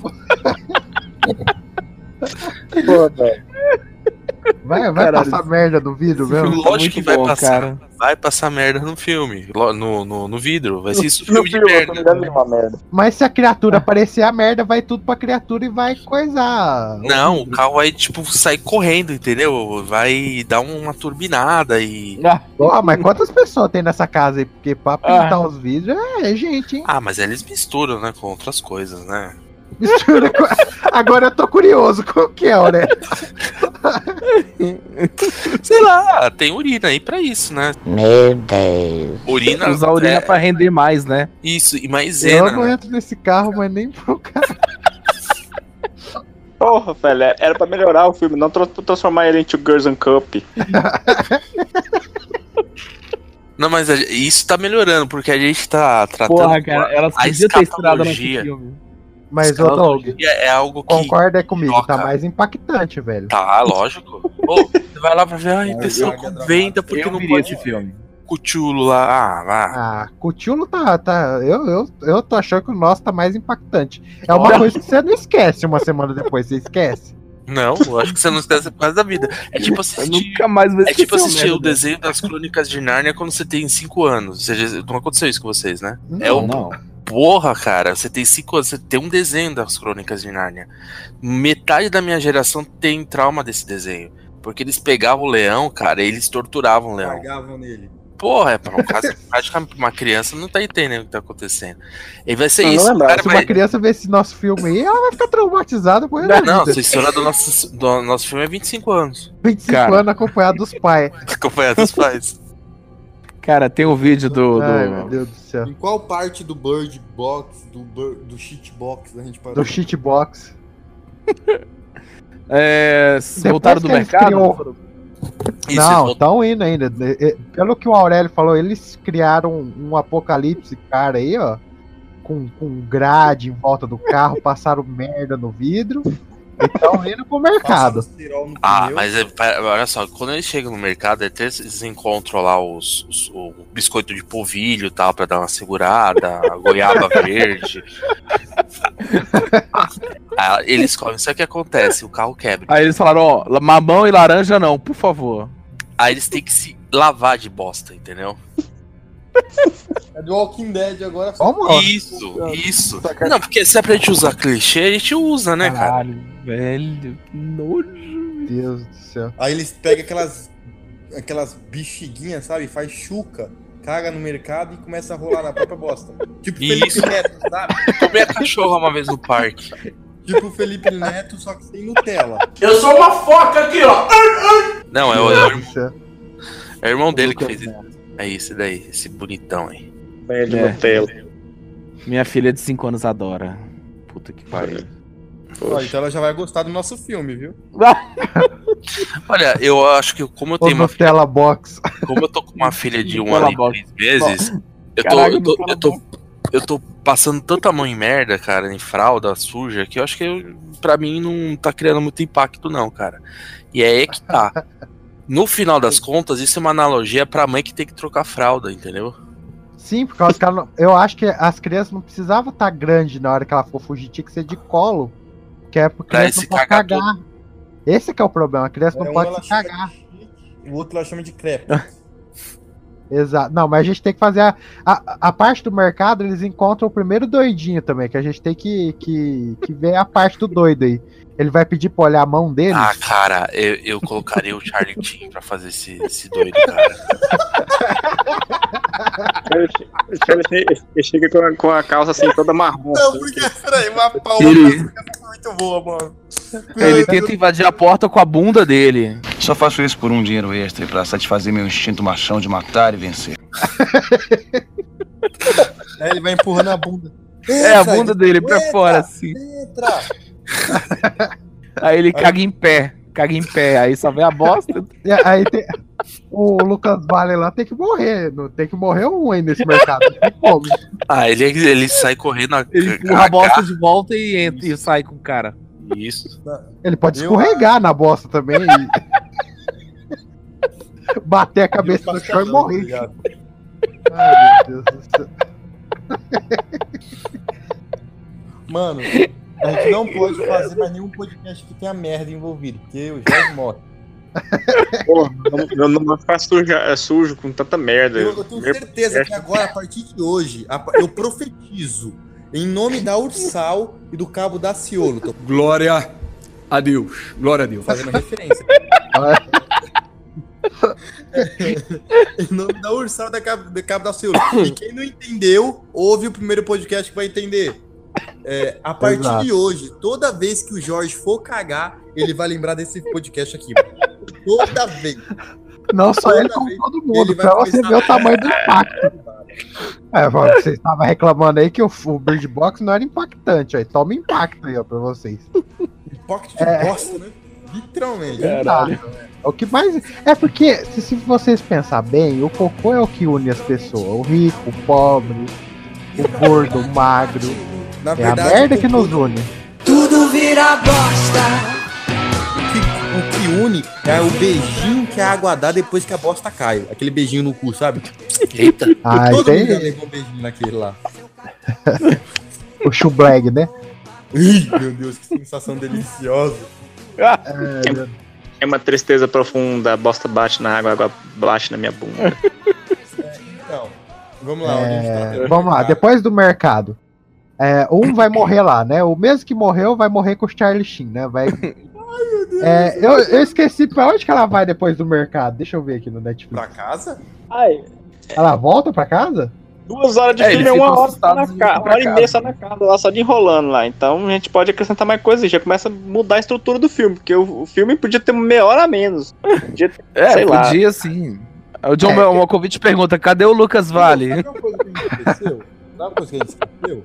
Vai, vai Caralho. passar merda no vidro mesmo? Lógico que vai passar. Cara. Vai passar merda no filme, lo- no, no, no vidro. Vai ser isso No- no filme de né? merda. Mas se a criatura aparecer a merda, vai tudo pra criatura e vai coisar. Não, o carro vai, tipo, sair correndo, entendeu? Vai dar uma turbinada e. Ó, mas quantas pessoas tem nessa casa aí? Porque pra pintar os vidros é gente, hein? Ah, mas eles misturam, né, com outras coisas, né? Mistura com- Agora eu tô curioso, qual que é, Aurélia? Sei lá, Ah, tem urina aí pra isso, né? Meu Deus. Urina- Usar urina é. pra render mais, né? Isso, e Eu maisena. não né? entro nesse carro, mas nem pro cara. Porra, velho, é, era pra melhorar o filme, não tra- transformar ele em Two Girls and Cup. Não, mas a- isso tá melhorando, porque a gente tá tratando. Porra, cara, ela a podia ter estourado nesse escatologia. filme. Mas, ô Doug, É algo que. concorda comigo, tá mais impactante, velho. Tá, lógico. Ô, você vai lá pra ver, ai, pessoal com venda, porque não pode esse filme. Cuchulo lá, ah, lá. Ah, Cthulhu tá. tá eu, eu, eu tô achando que o nosso tá mais impactante. É uma coisa que você não esquece uma semana depois, você esquece. Não, eu acho que você não esquece por causa da vida. É tipo assistir. nunca mais vou É tipo esquecer uma assistir o né? merda dessa. desenho das crônicas de Nárnia quando você tem 5 anos. Ou seja, não aconteceu isso com vocês, né? é Não, o... não. Porra, cara, você tem 5 anos, você tem um desenho das crônicas de Nárnia. Metade da minha geração tem trauma desse desenho. Porque eles pegavam o leão, cara, e eles torturavam o leão. Cagavam nele. Porra, é pra um caso, praticamente uma criança não tá entendendo o que tá acontecendo. E vai ser Eu não isso, lembrava. cara, Se uma vai- criança ver esse nosso filme aí, ela vai ficar traumatizada por Não, não, a censura do nosso, do nosso filme é 25 anos. 25 anos acompanhado dos pais. Acompanhado dos pais. Cara, tem um vídeo do. do- Ai, meu Deus do céu. Em qual parte do Bird Box, do, Bird, do Shit Box, a gente parou? Do shitbox. É, Depois voltaram do que eles mercado? criam- Isso, não, eles estão indo ainda. E- e- Pelo que o Aurélio falou, eles criaram um, um apocalipse, cara, aí, ó. Com, com grade em volta do carro, passaram merda no vidro. E estão indo pro um mercado. Ah, mas é- pera- olha só, quando eles chegam no mercado, até eles encontram lá os, os- o biscoito de polvilho e tal, pra dar uma segurada, a goiaba verde. Ah, eles comem, sabe o que acontece? O carro quebra. Aí eles falaram, ó, la- mamão e laranja não, por favor. Aí eles têm que se lavar de bosta, entendeu? É do Walking Dead agora. Isso, isso. Não, porque se é pra gente usar clichê, a gente usa, né, cara? Velho, que nojo. Meu Deus do céu. Aí eles pegam aquelas, aquelas bexiguinhas, sabe? Faz chuca, caga no mercado e começa a rolar na própria bosta. Tipo Isso. Felipe Neto, sabe? Comi a cachorra uma vez no parque. Tipo Felipe Neto, só que sem Nutella. Eu sou uma foca aqui, ó. Não, é o, é o irmão- Isso. é o irmão dele que fez isso. É isso daí, esse bonitão aí. Velho É. Nutella. Minha filha de 5 anos adora. Puta que pariu. Ó, então ela já vai gostar do nosso filme, viu? Olha, eu acho que como eu Ou tenho uma, Nutella Box. como eu tô com uma filha de um Nutella ano e box. três meses, eu tô, Caralho, eu tô, eu tô, eu tô passando tanta mão em merda, cara, em fralda suja, que eu acho que eu, pra mim não tá criando muito impacto, não, cara. E é aí que tá. No final das contas, isso é uma analogia pra mãe que tem que trocar fralda, entendeu? Sim, por causa que ela não- eu acho que as crianças não precisavam estar grande na hora que ela for fugir, tinha que ser de colo. Que é porque Pra criança não se pode cagar cagar. Esse que é o problema, a criança É, não um pode ela se chama de cagar. chique, O outro ela chama de crepe. Exato. Não, mas a gente tem que fazer a, a, a parte do mercado, eles encontram o primeiro doidinho também, que a gente tem que, que, que ver a parte do doido aí. Ele vai pedir pra olhar a mão dele. Ah, cara, eu, eu colocaria o Charlie Chin pra fazer esse, esse doido, cara. Eu, Ele, che- ele chega com a, com a calça assim toda marrom. assim. Peraí, uma palma Ele- muito boa, mano. Ele tenta invadir a porta com a bunda dele. Só faço isso por um dinheiro extra e pra satisfazer meu instinto machão de matar e vencer. Aí ele vai empurrando a bunda. É a bunda dele pra fora, assim. Aí ele caga em pé. Caga em pé. Aí só vem a bosta. E aí tem- o Lucas Vale lá tem que morrer. Não, tem que morrer um aí nesse mercado. Não tem como. Ah, ele, ele sai correndo. Ele Empurra a bosta de volta e, entra, e sai com o cara. Isso. Ele pode escorregar na bosta também. E... Bater a cabeça no chão e tá morrer. Ai, meu Deus do céu. Mano, a gente não pode fazer mais nenhum podcast que tenha merda envolvido, porque o Jorge morre. Porra, eu não vou ficar sujo, é, sujo com tanta merda. Eu, eu tenho certeza que agora, a partir de hoje, a- eu profetizo em nome da Ursal e do Cabo da Ciolo. Tô Glória a Deus. Glória a Deus. fazendo referência. É. em nome da Ursal e da Cabo, da Cabo da Ciolo. E quem não entendeu, ouve o primeiro podcast que vai entender. É, a partir Exato. de hoje, toda vez que o Jorge for cagar, ele vai lembrar desse podcast aqui. mano. Toda vez. Não só ele, Toda como vez todo mundo. ele vai Pra você começar- ver o tamanho do impacto. É, mano, vocês estavam reclamando aí que o, o Bird Box não era impactante. Aí toma impacto aí, ó, pra vocês. Pocket de É. bosta, né? Literalmente. Tá. O que mais. É porque, se, se vocês pensar bem, o cocô é o que une as pessoas. O rico, o pobre, o gordo, o magro. Na é verdade, a merda que nos une. Tudo vira bosta. O que, une é o beijinho que a água dá depois que a bosta cai. Aquele beijinho no cu, sabe? Eita. Ah, Todo tem- mundo já levou um beijinho naquele lá. O chublag, né? Ih, meu Deus, que sensação deliciosa. É uma tristeza profunda, a bosta bate na água, a água bate na minha bunda. Então, vamos lá. onde a gente É, tá? vamos lá, depois do mercado. É, um vai morrer lá, né? O mesmo que morreu vai morrer com o Charlie Sheen, né? Vai... É, eu, eu esqueci pra onde que ela vai depois do mercado. Deixa eu ver aqui no Netflix. Pra casa? Ai, Ela volta pra casa? duas horas de É, filme eles é uma ficam hora, só na assustados e ca... vão uma pra hora e meia casa, só na casa, lá só de enrolando lá. Então a gente pode acrescentar mais coisas, já começa a mudar a estrutura do filme, porque o, o filme podia ter meia hora a menos. Podia ter, É, sei lá. podia sim. Aí O John é, Malkovich pergunta: cadê o Lucas Vale? Sabe uma coisa que a gente esqueceu?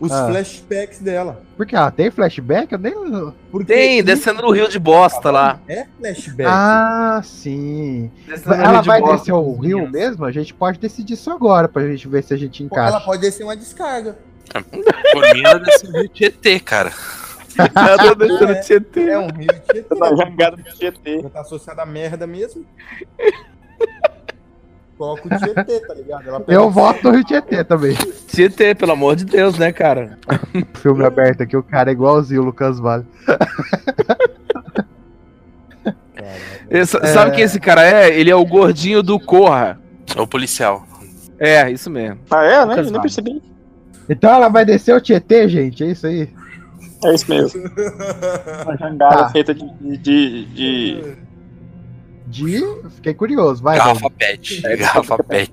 Os Ah. flashbacks dela. um Porque ela tem flashback? Eu nem. Tem, descendo no rio de bosta lá. É flashback. Ah, sim. Descendo no Ela rio é de vai bosta, descer o as rio mesmo? A gente pode decidir isso agora pra gente ver se a gente Ela encaixa. pode descer uma descarga. Por mim, ela desceu no Tietê, cara. Ela descendo É, Tietê. É um rio Tietê. Tá jogado no Tietê. Já tá associada à merda mesmo. Coloca o Tietê, tá ligado? Ela pega- Eu voto no Rio Tietê também. Tietê, pelo amor de Deus, né, cara? Filme aberto aqui, o cara é igualzinho o Lucas Vale. Esse- É. Sabe quem esse cara é? Ele é o gordinho do Corra. É o policial. É, isso mesmo. Ah, é, né? Lucas Eu não Vale. percebi. Então ela vai descer o Tietê, gente, é isso aí? É isso mesmo. Uma jangada feita de. de, de- De. Fiquei curioso, vai. Garrafa pet. É garrafa pet.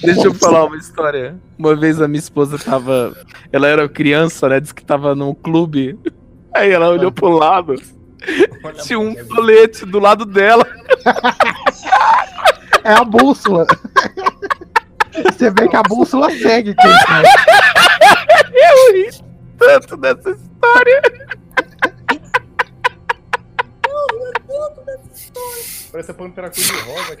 Deixa eu falar uma história. Uma vez a minha esposa tava. Ela era criança, né? Disse que tava num clube. Aí ela olhou pro lado. Tinha um colete do lado dela. É a bússola. Você vê que a bússola segue. Quem sabe. Eu ri tanto dessa história. Parece a Pantera Cor-de-Rosa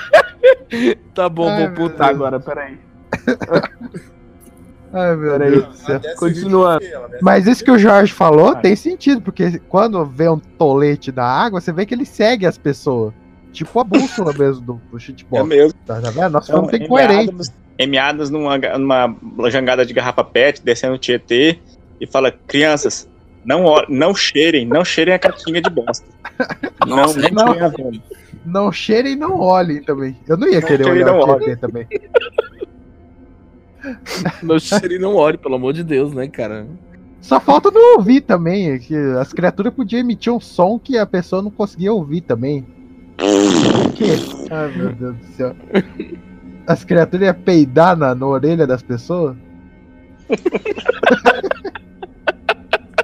aqui. Tá bom, Ai, vou putar agora, peraí. Ai, meu Peraí, Deus do é céu. assim, né? continuando. Mas isso que o Jorge falou tem sentido, porque quando vê um tolete na água, você vê que ele segue as pessoas. Tipo a bússola mesmo do, do shitbox. É mesmo. Tá, tá vendo? Nós Então, somos M. incoerentes. Adams- M. Adams numa, numa jangada de garrafa pet, descendo o Tietê, e fala: crianças, não, ol- não cheirem, não cheirem a catinha de bosta. Nossa, não, não. não, cheirem a vela. Não cheirem e não olhem também. Eu não ia Não querer cheirem e olhar não o Tietê também. Meu cheiro não olhe, pelo amor de Deus, né, cara? Só falta não ouvir também. é Que as criaturas podiam emitir um som que a pessoa não conseguia ouvir também. Que? Ai, meu Deus do céu. as criaturas iam peidar na, na orelha das pessoas?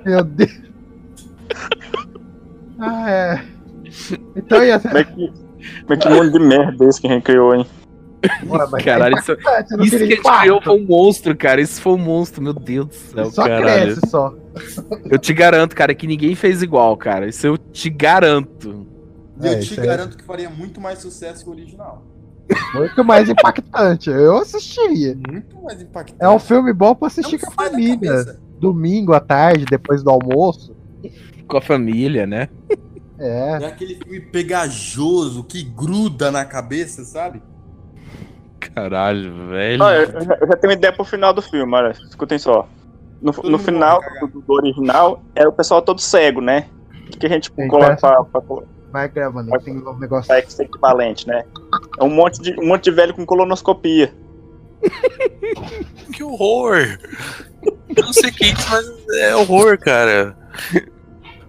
Meu Deus. Ah, é. Então ia ser. Como é que, como é que mundo de merda é esse que a gente criou, hein? Ué, mas Caralho, é isso, impactante, não isso que queria a gente impacto. criou foi um monstro, cara. Isso foi um monstro, meu Deus do céu, Só caralho. cresce só. Eu te garanto, cara, que ninguém fez igual, cara. Isso eu te garanto. eu É, te garanto que faria muito mais sucesso que o original. Muito mais impactante. Eu assistiria. Muito mais impactante. É um filme bom pra assistir com a família. Domingo à tarde, depois do almoço. Com a família, né? É. É aquele filme pegajoso que gruda na cabeça, sabe? Caralho, velho. Ah, eu, eu já- eu já tenho uma ideia pro final do filme, olha, escutem só. No, no final do, do original, era o pessoal todo cego, né? O que a gente coloca pra, pra, Vai gravando, tem um negócio. pra ser equivalente, né? É um monte, de, um monte de velho com colonoscopia. Que horror! Eu não sei o que, é isso, mas é horror, cara.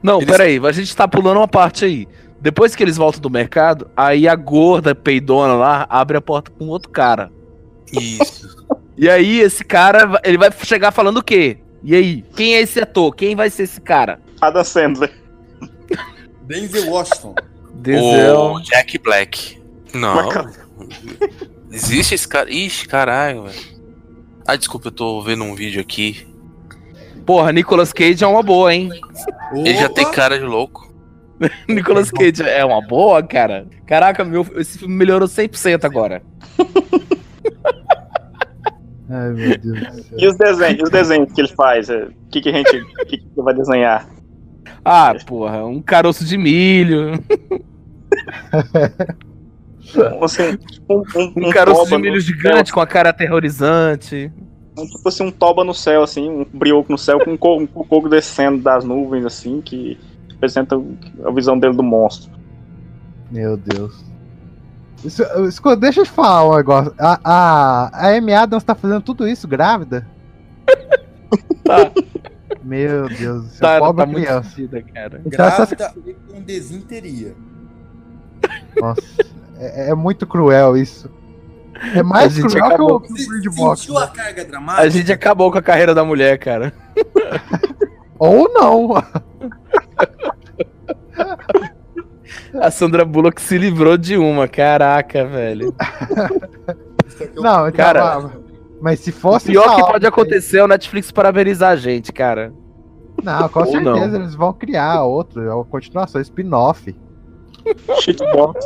Não, peraí, a gente tá pulando uma parte aí. Depois que eles voltam do mercado, aí a gorda peidona lá abre a porta com outro cara. Isso. E aí esse cara, va- ele vai chegar falando o quê? E aí? Quem é esse ator? Quem vai ser esse cara? Adam Sandler. Denzel Washington. Denzel. O Jack Black. Não. Existe esse cara. Ixi, caralho, velho. Ah, desculpa, eu tô vendo um vídeo aqui. Porra, Nicolas Cage é uma boa, hein? Ele já tem cara de louco. Nicolas Cage é uma boa, cara. Caraca, meu, esse filme melhorou 100% agora. Ai, meu Deus do céu. E os desenhos, e os desenhos que ele faz? É, O que, que a gente o que que vai desenhar? Ah, porra, um caroço de milho. Um, assim, um, um, Um caroço de toba no milho céu, gigante com a cara aterrorizante. assim, tipo assim, um toba no céu, assim, um brioco no céu com um co- um coco descendo das nuvens, assim, que representa o- a visão dele do monstro. Meu Deus. Isso, esco- deixa eu te falar um negócio. A, a, a Amy Adams tá fazendo tudo isso grávida? Tá. Meu Deus do céu. Tá, pobre tá muito criança. fodida, cara. Então essa- Grávida e com desinteria. Nossa, é, é muito cruel isso. É mais gente cruel que acabou. o que o Bird Box. Sentiu a carga dramática? A gente acabou com a carreira da mulher, cara. Ou não. A Sandra Bullock se livrou de uma, caraca, velho. Não, então, Cara, ah, mas se O fosse. pior essa que hora- pode acontecer é o Netflix parabenizar a gente, cara. Não, com Ou certeza não. eles vão criar outro. É uma continuação, spin-off. Shitbox.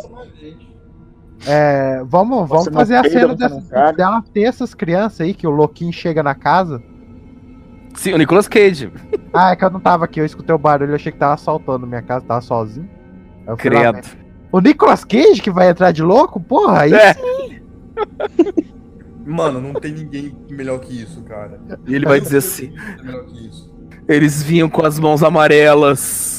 É, vamos vamos Você não fazer a peida, cena você dessas, não tá caga. dela ter essas crianças aí que o Loquinho chega na casa. Sim, o Nicolas Cage. Ah, é que eu não tava aqui, eu escutei o barulho, eu achei que tava assaltando minha casa, tava sozinho. Aí eu fui lá Credo. ver. O Nicolas Cage que vai entrar de louco? Porra, aí É. Mano, não tem ninguém melhor que isso, cara. E ele vai dizer assim: É melhor que isso. eles vinham com as mãos amarelas.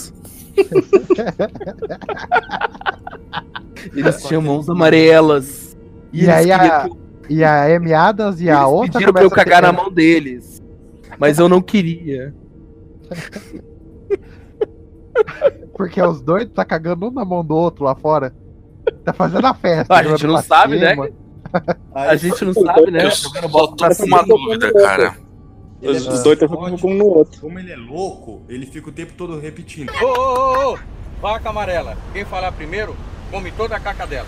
Eles tinham mãos amarelas. E, eles aí queriam a, e a Amy Adams e a outra Pediram pra eu começa a cagar ter- na mão deles. Mas eu não queria. Porque os dois tá cagando um na mão do outro lá fora. Tá fazendo a festa. A gente jogando não pra sabe, né? cima. A gente não sabe, né? Eu só tô com uma dúvida, cara. Ele é Os dois estão com um no outro. Como ele é louco, ele fica o tempo todo repetindo. Ô, ô, ô, ô, vaca amarela, quem falar primeiro, come toda a caca dela.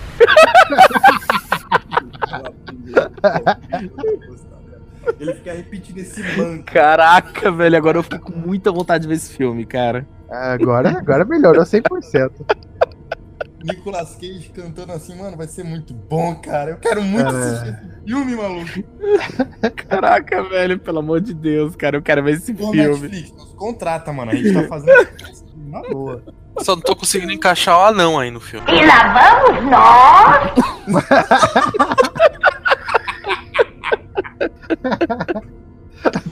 Ele fica repetindo esse mantra. Caraca, velho, agora eu fiquei com muita vontade de ver esse filme, cara. É, Agora, agora melhorou 100%. Nicolas Cage cantando assim, mano, vai ser muito bom, cara. Eu quero muito É. assistir esse filme, maluco. Caraca, velho, pelo amor de Deus, cara, eu quero ver esse Pô, filme. Netflix, nos contrata, mano. A gente tá fazendo na boa. Só não tô conseguindo encaixar o anão aí no filme. vamos nós!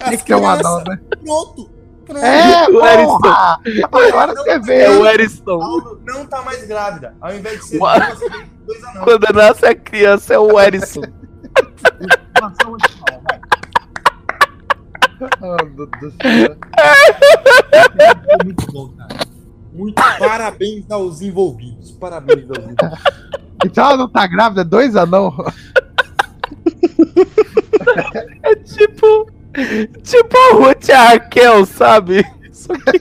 Tem que ter um anão, né? Pronto. Pronto. É, O porra! Agora Não, você É o vê. Eriston. Paulo não tá mais grávida. Ao invés de ser Ué. duas, você tem dois anãos. Quando nasce a criança é o Eriston. Oh, meu Deus do céu. É Muito bom, cara. Muito parabéns aos envolvidos. Parabéns aos envolvidos. Então ela não tá grávida, dois anão. tipo. Tipo a Ruth e a Raquel, sabe? Só que.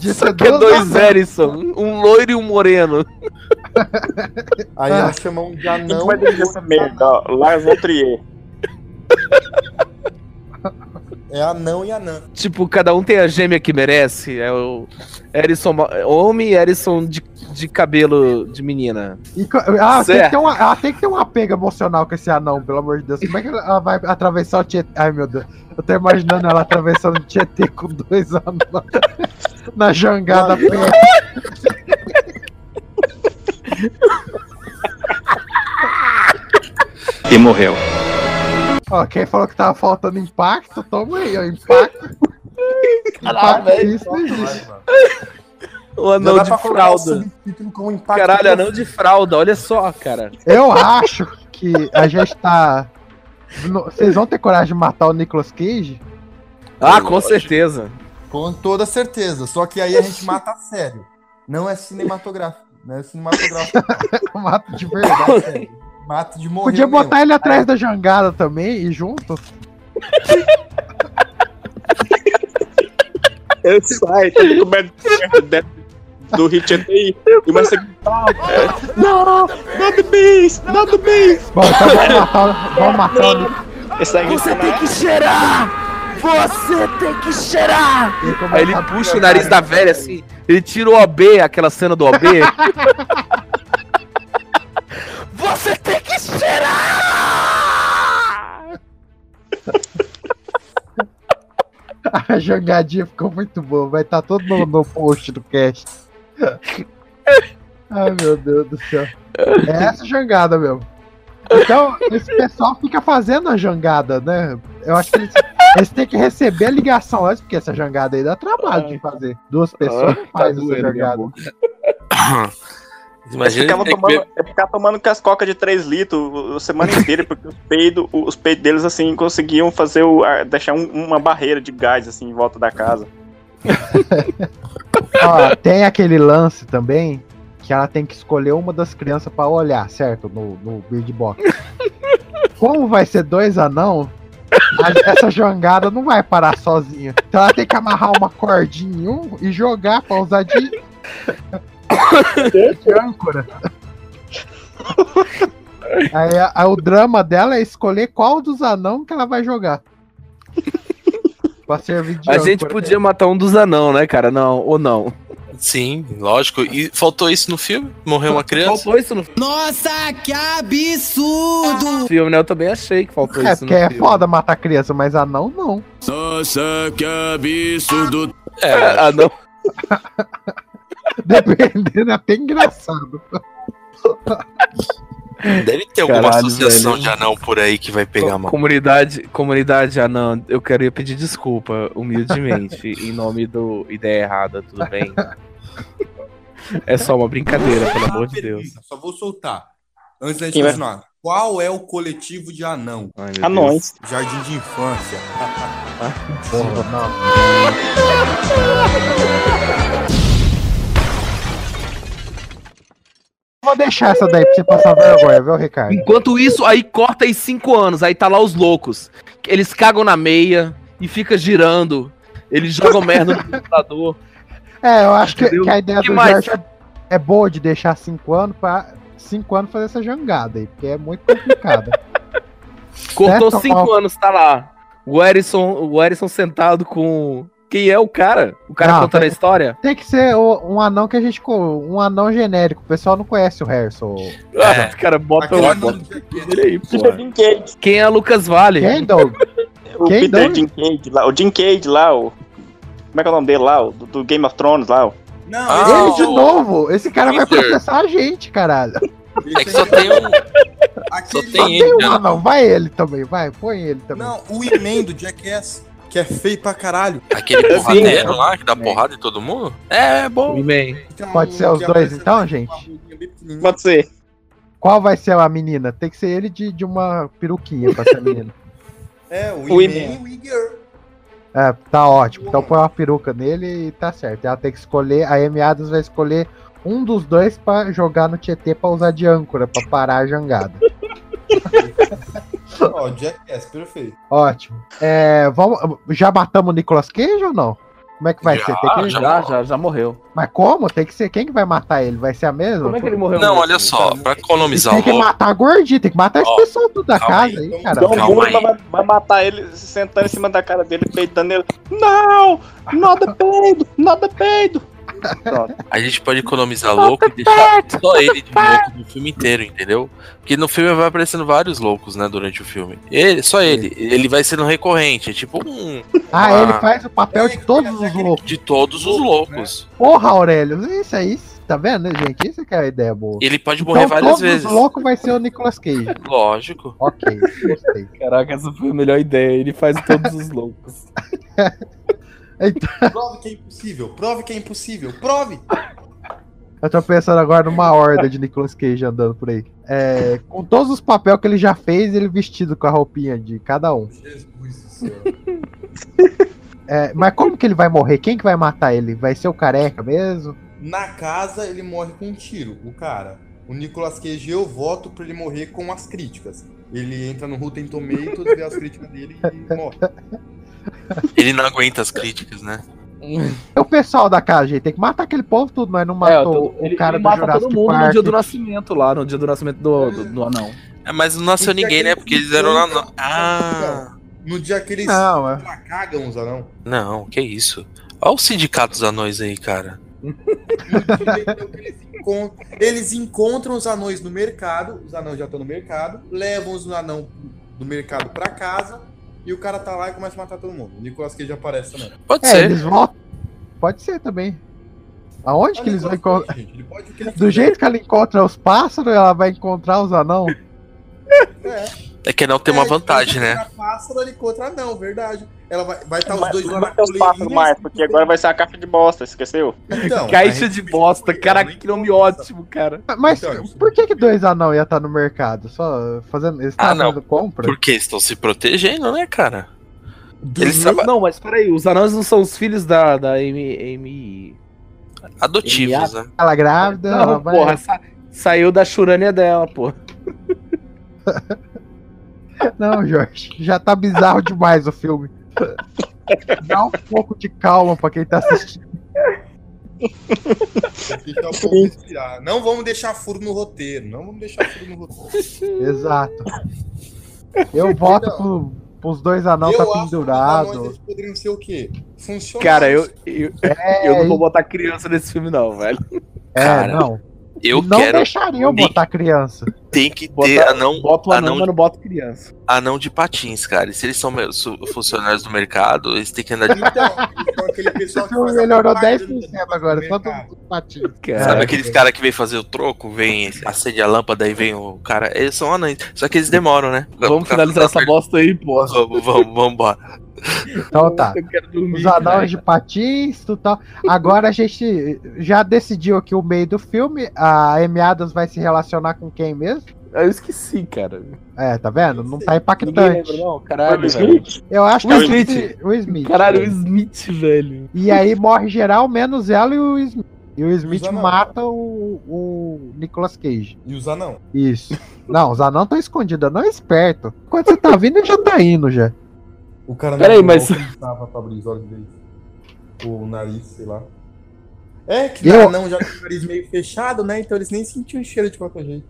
Tipo, Só que é dois Erison. Um loiro e um moreno. Ah. Aí ela chama um de anão. Não vai deixar essa merda, ó. Lars von Trier. É anão e anã. Tipo, cada um tem a gêmea que merece. É o. Erison ma- homem e Erison de, de cabelo de menina. E co- ah, tem que Certo. ter uma, ela tem que ter um apego emocional com esse anão, pelo amor de Deus. Como é que ela vai atravessar o Tietê? Ai, meu Deus. Eu tô imaginando ela atravessando o Tietê com dois anões na jangada perto. E morreu. Ó, quem falou que tava faltando impacto, toma aí, ó, impacto. Impacto, é isso né, não existe. O Já anão dá de pra colocar o fralda. né? Caralho, anão de fralda, olha só, cara. Eu acho que a gente tá. no- Vocês vão ter coragem de matar o Nicolas Cage? Ah, com certeza. Com toda certeza. Só que aí a gente mata a sério. Não é cinematográfico. Não é cinematográfico. Mato de verdade. sério. Mato de morrer. Podia mesmo. botar ele atrás da jangada também e junto? Esse site tá coberto de- do hit e uma Não, não, not the beast, not the beast. Bom, então vamos matar, vamos matar o Nicolas Você tem que cheirar! Você tem que cheirar! Aí ele puxa o a nariz da cara. velha assim, ele tira o OB, aquela cena do OB. Você tem que cheirar! A jangadinha ficou muito boa, vai estar todo no, no post do cast. Ai meu Deus do céu. É essa jangada mesmo. Então, esse pessoal fica fazendo a jangada, né? Eu acho que eles, eles têm que receber a ligação antes, porque essa jangada aí dá trabalho de fazer. Duas pessoas É. Ah, não fazem tá essa doendo minha jangada. Eu Imagina ficava, ele ter que tomando, be- eu ficava tomando cascoca de 3 litros a semana inteira, porque os peidos, os peidos deles, assim, conseguiam fazer o, a- deixar um- uma barreira de gás, assim, em volta da casa. Ó, tem aquele lance também que ela tem que escolher uma das crianças pra olhar, certo? No, no Bird Box. Como vai ser dois anão, a- essa jangada não vai parar sozinha. Então ela tem que amarrar uma cordinha em um e jogar pra usar de. de âncora. Aí, a- a- o drama dela é escolher qual dos anão que ela vai jogar. Pra servir de A gente âncora. podia matar um dos anão, né, cara? Não, ou não. Sim, lógico. E faltou isso no filme? Morreu uma criança? Faltou isso no Nossa, que absurdo! filme, né? Eu também achei que faltou É, isso no porque é filme. foda matar criança, mas anão não. Nossa, que absurdo! É, anão. Dependendo, é até engraçado. É. Deve ter alguma Caralho, associação velho. de anão por aí que vai pegar mal. Comunidade, comunidade anã, eu queria pedir desculpa, humildemente, em nome do Ideia Errada, tudo bem? É só uma brincadeira, pelo amor de Deus. Só vou soltar. Antes da gente Quem vai? continuar. Qual é o coletivo de anão? meu Anões. Jardim de infância. Porra, Vou deixar essa daí pra você passar vergonha, viu, Ricardo? Enquanto isso, aí corta aí cinco anos, aí tá lá os loucos. Eles cagam na meia e fica girando. Eles jogam merda no computador. É, eu acho que, Entendeu? que a ideia Que do mais? Jorge é- é boa de deixar cinco anos pra cinco anos fazer essa jangada aí, porque é muito complicado. Cortou Certo, cinco Paulo? anos, tá lá. O Erison, o Erison sentado com. Quem é o cara? O cara Não, contando a tem- história? Tem que ser o- um anão que a gente. co- Um anão genérico. O pessoal não conhece o Harrison. Ah, cara, bota é o. Ele aí, Peter pô. Dinklage. Quem é Lucas Vale? Quem, Doug? O Quem, Peter Doug? Dinklage lá, o Dinklage lá, o... Como é que é o nome dele lá? O, do, do Game of Thrones lá, o... Não, Ah, Ele de o- novo! Esse cara vai Peter. processar a gente, caralho. É que só tem um. Só Só tem tem ele. um né? anão. Vai ele também, vai. Põe ele também. Não, o He-Man do Jackass, que é feio pra caralho. Aquele né? porradeiro lá que dá porrada em todo mundo? É, é Oh. bom. Pode ser os dois é então, gente? Pode ser. Qual vai ser a menina? Tem que ser ele de, de uma peruquinha pra ser a menina. É, o O He-Man e o He-Girl. É, tá ótimo. Então põe uma peruca nele e tá certo. Ela tem que escolher, a Amy Adams vai escolher um dos dois pra jogar no Tietê pra usar de âncora, pra parar a jangada. Ó, Jackass, é perfeito. Ótimo. É, vamos, já matamos o Nicolas Cage ou não? Como é que vai Já, ser? Tem que- Ah, Já, já, já morreu. Mas como? Tem que ser. Quem que vai matar ele? Vai ser a mesma? Como é que ele morreu? Não, olha só, pra economizar o Então, Tem que louco. matar gordinho, tem que matar as Ó, pessoas tudo da calma casa aí, cara. Dá um pulo, vai, vai matar ele sentando em cima da cara dele, peitando ele. Não! Nada é peido! Nada peido! A gente pode economizar louco e deixar só ele de louco no filme inteiro, entendeu? Porque no filme vai aparecendo vários loucos, né, durante o filme. Ele, só ele. Ele vai sendo recorrente, é tipo um Ah, Ah. ele faz o papel de todos os loucos. de todos os né? loucos. Porra, Aurélio, isso aí, tá vendo, né, gente? Isso que é a ideia boa. Ele pode morrer Então, várias todos tipo, vezes. Os loucos vai ser o Nicolas Cage. Lógico. Ok, gostei. Caraca, essa foi a melhor ideia. Ele faz todos os loucos. Prove que é impossível, prove que é impossível, prove! Eu tô pensando agora numa horda de Nicolas Cage andando por aí. É, com todos os papéis que ele já fez, ele vestido com a roupinha de cada um. Jesus do céu. É, mas como que ele vai morrer? Quem que vai matar ele? Vai ser o careca mesmo? Na casa, ele morre com um tiro, o cara. O Nicolas Cage, eu voto pra ele morrer com as críticas. Ele entra no Rotten Tomatoes, vê as críticas dele e morre. Ele não aguenta as críticas, né? É o pessoal da casa, gente. Tem que matar aquele povo tudo, mas não matou É, ele, o cara ele do mata Jurassic todo mundo Park. no dia do nascimento lá, no dia do nascimento do, do, do anão. É, mas não nasceu Então, ninguém, né? Porque eles eram lá. Ah! No dia que eles Não, é. cagam os anão. Não, que isso. Olha o sindicato dos anões aí, cara. Encon- Eles encontram os anões no mercado, os anões já estão no mercado, levam os anão do mercado pra casa e o cara tá lá e começa a matar todo mundo. O Nicolas Cage aparece também. Pode É, eles voltam. Pode ser também. Aonde que eles vão encontrar? Do jeito que ela encontra os pássaros, ela vai encontrar os anão. É que não tem uma vantagem, né? Ela pássaro, ele encontra anão, verdade. Ela vai estar vai tá os Mas dois lá na mata os pássaros mais, porque agora vai ser a caixa de bosta, esqueceu? Então, Caixa de bosta, caraca, que nome ótimo, cara. Mas Então, por que, que dois anão ia estar no mercado? Só fazendo. Eles Ah, estavam não. fazendo compra? Porque eles estão se protegendo, né, cara? Não, Eles são Uhum. Não, mas peraí, os anões não são os filhos da, da Amy. Amy... adotivos, né? Ela grávida, Não, ela vai. porra, sa- saiu da churânia dela, pô. Não, Jorge, já tá bizarro demais o filme. Dá um pouco de calma pra quem tá assistindo. Deixa eu vou respirar. Não vamos deixar furo no roteiro. Não vamos deixar furo no roteiro. Exato. Eu voto pro, pros dois anão Eu tá acho que os anões, pendurado. eles poderiam ser o quê? Funcionários. Cara, eu, eu, É, eu não hein? vou botar criança nesse filme, não, velho. É, Cara, não. Eu não quero. deixariam tem, botar criança. tem que ter anão, Boto o anão, anão, mas Ah, não boto criança. anão de patins, cara. E se eles são me- su- funcionários do mercado, eles têm que andar de. Então, aquele pessoal O filme melhorou tá 10% agora, só do patinho. É. Sabe aqueles caras que vem fazer o troco, vem, acende a lâmpada e vem o cara. Eles são anões. Só que eles demoram, né? Vamos finalizar essa bosta aí, pô. Vamos, vamos, vamos embora. Então tá. Os anões de patins, tudo tal. Agora a gente já decidiu aqui o meio do filme. A Emiadas vai se relacionar com quem mesmo? Eu esqueci, cara. É, tá vendo? Não Ninguém tá lembra, impactante. não? Caralho, Will velho. Eu acho que Will é o Smith. Smith- o Smith. Caralho, o Smith, velho. E aí morre geral, menos ela e o Smith. E o Smith mata o, o Nicolas Cage. E usar não. Isso. Não, os anão estão escondidos, não é esperto. Quando você tá vindo, ele já tá indo já. O cara Peraí, não mas- alcançava pra abrir os olhos dele. O nariz, sei lá. É que Eu- não, já tem o nariz meio fechado, né? Então eles nem sentiam o cheiro de qualquer jeito.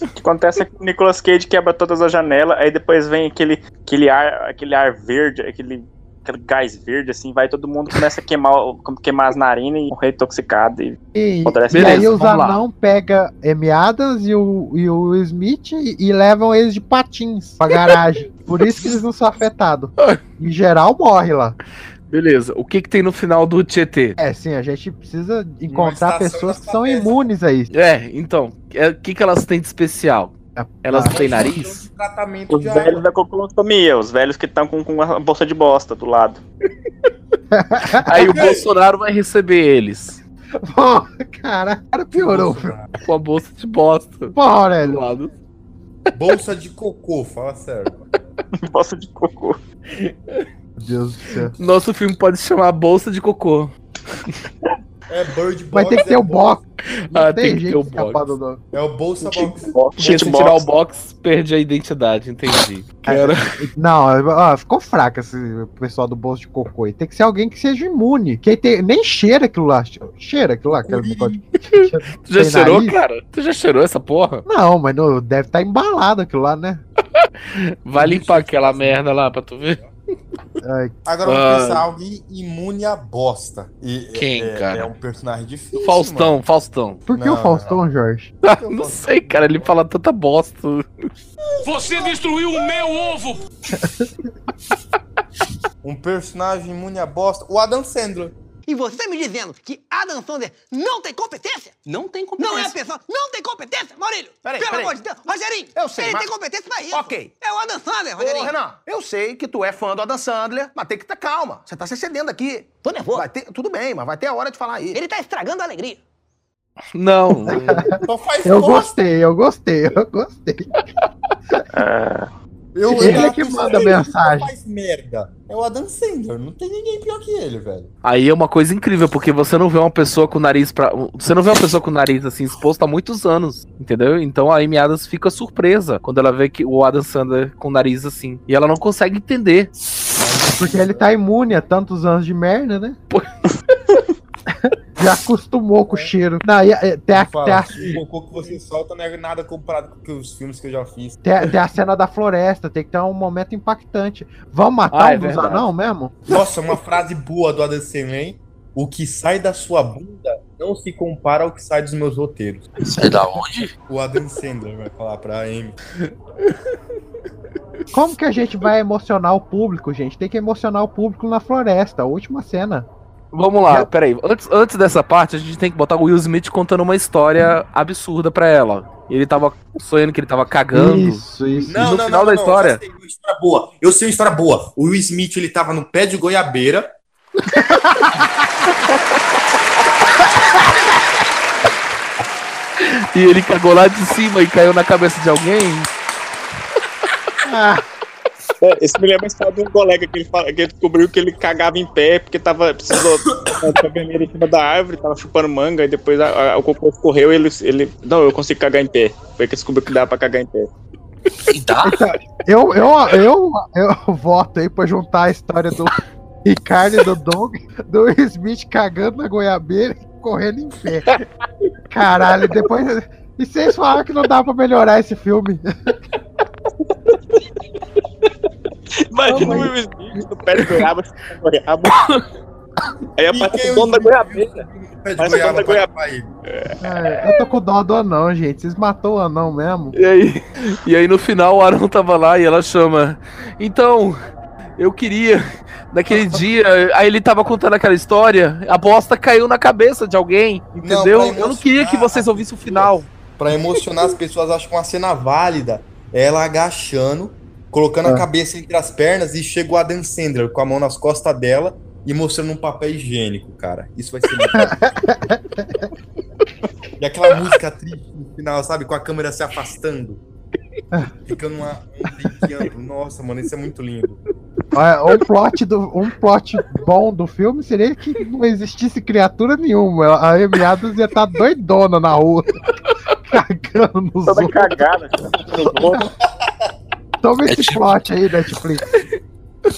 O que acontece é que o Nicolas Cage quebra todas as janelas, aí depois vem aquele, aquele, ar, aquele ar verde, aquele, aquele gás verde, assim, vai todo mundo começa a queimar, o- queimar as narinas e morrer intoxicado. E... E, Beleza, e aí os vamos lá. anão pega M. Adams e o, e o Smith e, e levam eles de patins pra garagem. Por isso que eles não são afetados. Em geral, morre lá. Beleza, o que que tem no final do Tietê? É, sim, a gente precisa encontrar estação pessoas que são imunes a isso. É, então, é, o que que elas têm de especial? Elas não têm nariz? Tratamento Então, Os de água. velhos da colonostomia, os velhos que estão com, com a bolsa de bosta do lado. Aí o Bolsonaro vai receber eles. Pô, Ah, cara, o cara piorou. Com a bolsa de bosta. Porra, Aurélio. Bolsa de cocô, fala sério. Bolsa de cocô. Meu Deus do céu. Nosso filme pode se chamar Bolsa de Cocô. É Bird Box. Vai ter que ter é o box. Não Ah, tem que ter o de escapar box. do- É o Bolsa Box. Porque se tirar o box, perde a identidade, entendi. Quero... Não, ó, ficou fraca esse pessoal do bolso de cocô. E Tem que ser alguém que seja imune. Que aí tem- nem cheira aquilo lá. Cheira aquilo lá. Aquele bigode. Tu já Tem cheirou, nariz? cara? Tu já cheirou essa porra? Não, mas não, deve estar embalado aquilo lá, né? Vai limpar aquela merda lá pra tu ver. Ai, Agora eu vou Ah. pensar alguém imune à bosta. E, Quem, é, cara? É um personagem difícil. Faustão, mano. Faustão. Por que o Faustão, Jorge? não sei, cara, ele fala tanta bosta. Você destruiu o meu ovo! Um personagem imune à bosta. O Adam Sandler. E você tá me dizendo que Adam Sandler não tem competência? Não tem Não é a pessoa, não tem competência, Maurílio! Peraí, pelo peraí. amor de Deus, Rogerinho! Eu sei, Ele mas- tem competência pra isso! Ok. É o Adam Sandler, Ô, Rogerinho! Renan, eu sei que tu é fã do Adam Sandler, mas tem que estar calma. Você tá se excedendo aqui. Tô nervoso. Vai ter, tudo bem, mas vai ter a hora de falar aí. Ele tá estragando a alegria. Não. Só Então faz Eu bosta. gostei, eu gostei, eu gostei. É. Eu, Ele eu é que acho manda ele mensagem. Faz merda. É o Adam Sandler. Não tem ninguém pior que ele, velho. Aí é uma coisa incrível, porque você não vê uma pessoa com o nariz pra. Você não vê uma pessoa com o nariz assim exposto há muitos anos, entendeu? Então a Amy Adams fica surpresa quando ela vê que o Adam Sandler com o nariz assim. E ela não consegue entender. Porque ele tá imune a tantos anos de merda, né? Já acostumou com o cheiro. Não, e- e- tem, a, tem, Fala, a, o cocô que você solta não é nada comparado com os filmes que eu já fiz. tem, a, tem a cena da floresta, tem que ter um momento impactante. Vamos matar Ah, um é dos verdade. anão mesmo? Nossa, uma frase boa do Adam Sandler, hein? O que sai da sua bunda não se compara ao que sai dos meus roteiros. Sai da onde? O Adam Sandler vai falar pra Amy. Como que a gente vai emocionar o público, gente? Tem que emocionar o público na floresta, a última cena. Vamos lá, peraí. Antes, antes dessa parte, a gente tem que botar o Will Smith contando uma história absurda pra ela. Ele tava sonhando que ele tava cagando. Isso, isso. E no final da história. Eu sei uma história boa. Eu sei uma história boa. O Will Smith, ele tava no pé de goiabeira. E ele cagou lá de cima e caiu na cabeça de alguém. É, Esse me lembra a história de um colega que ele, fala- que ele descobriu que ele cagava em pé porque tava precisou de caganeira em cima da árvore, tava chupando manga e depois a- a- o cocô correu e ele, ele. Não, eu consigo cagar em pé. Foi que descobriu que dá pra cagar em pé. Eu, eu, eu, eu voto aí pra juntar a história do Ricardo e do Dong, do Will Smith cagando na goiabeira e correndo em pé. Caralho, depois. E vocês falaram que não dá pra melhorar esse filme. Imagina o Will Smith no pé de goiaba, chupando goiaba. Aí aparece o dono da goiabeira. Aparece o dono da goiaba. É, eu tô com dó do anão, gente. Vocês matou o anão mesmo. E aí, e aí no final o Arão tava lá e ela chama. Então, eu queria. Naquele dia, aí ele tava contando aquela história, a bosta caiu na cabeça de alguém, entendeu? pra eu não queria que vocês ouvissem o final. Pra emocionar, as pessoas acham uma cena válida. é Ela agachando, colocando a cabeça entre as pernas e chega o Adam Sandler com a mão nas costas dela e mostrando um papel higiênico, cara. Isso vai ser muito bom. E aquela música triste no final, sabe? Com a câmera se afastando. Ficando uma, um take amplo. Nossa, mano, isso é muito lindo. Olha, Um plot, do, um plot bom do filme seria que não existisse criatura nenhuma. A Amy Adams ia estar doidona na rua. Cagando nos Toda outros. cagada. assim, Toma esse plot aí, Netflix.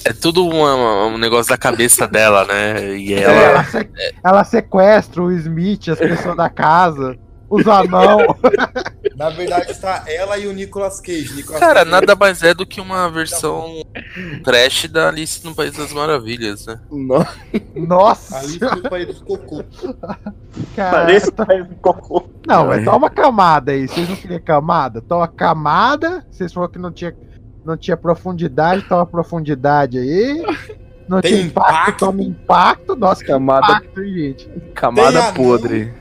É tudo um, um- um negócio da cabeça dela, né? E É, ela. ela, se- ela sequestra o Smith, as pessoas da casa, os anão. Na verdade, está ela e o Nicolas Cage. Nicolas Cara, Cage- nada mais é do que uma versão trash da Alice no País das Maravilhas, né? Nossa! Ali no País do Cocô. Cara, Parece que faz um cocô. Não, mas toma camada aí. Vocês não queriam camada? Toma camada. Vocês falaram que não tinha, não tinha profundidade, toma profundidade aí. Não Tem tinha impacto, toma impacto. Nossa, que Camada- impacto, hein, gente. Ah, Camada Tem anão. podre.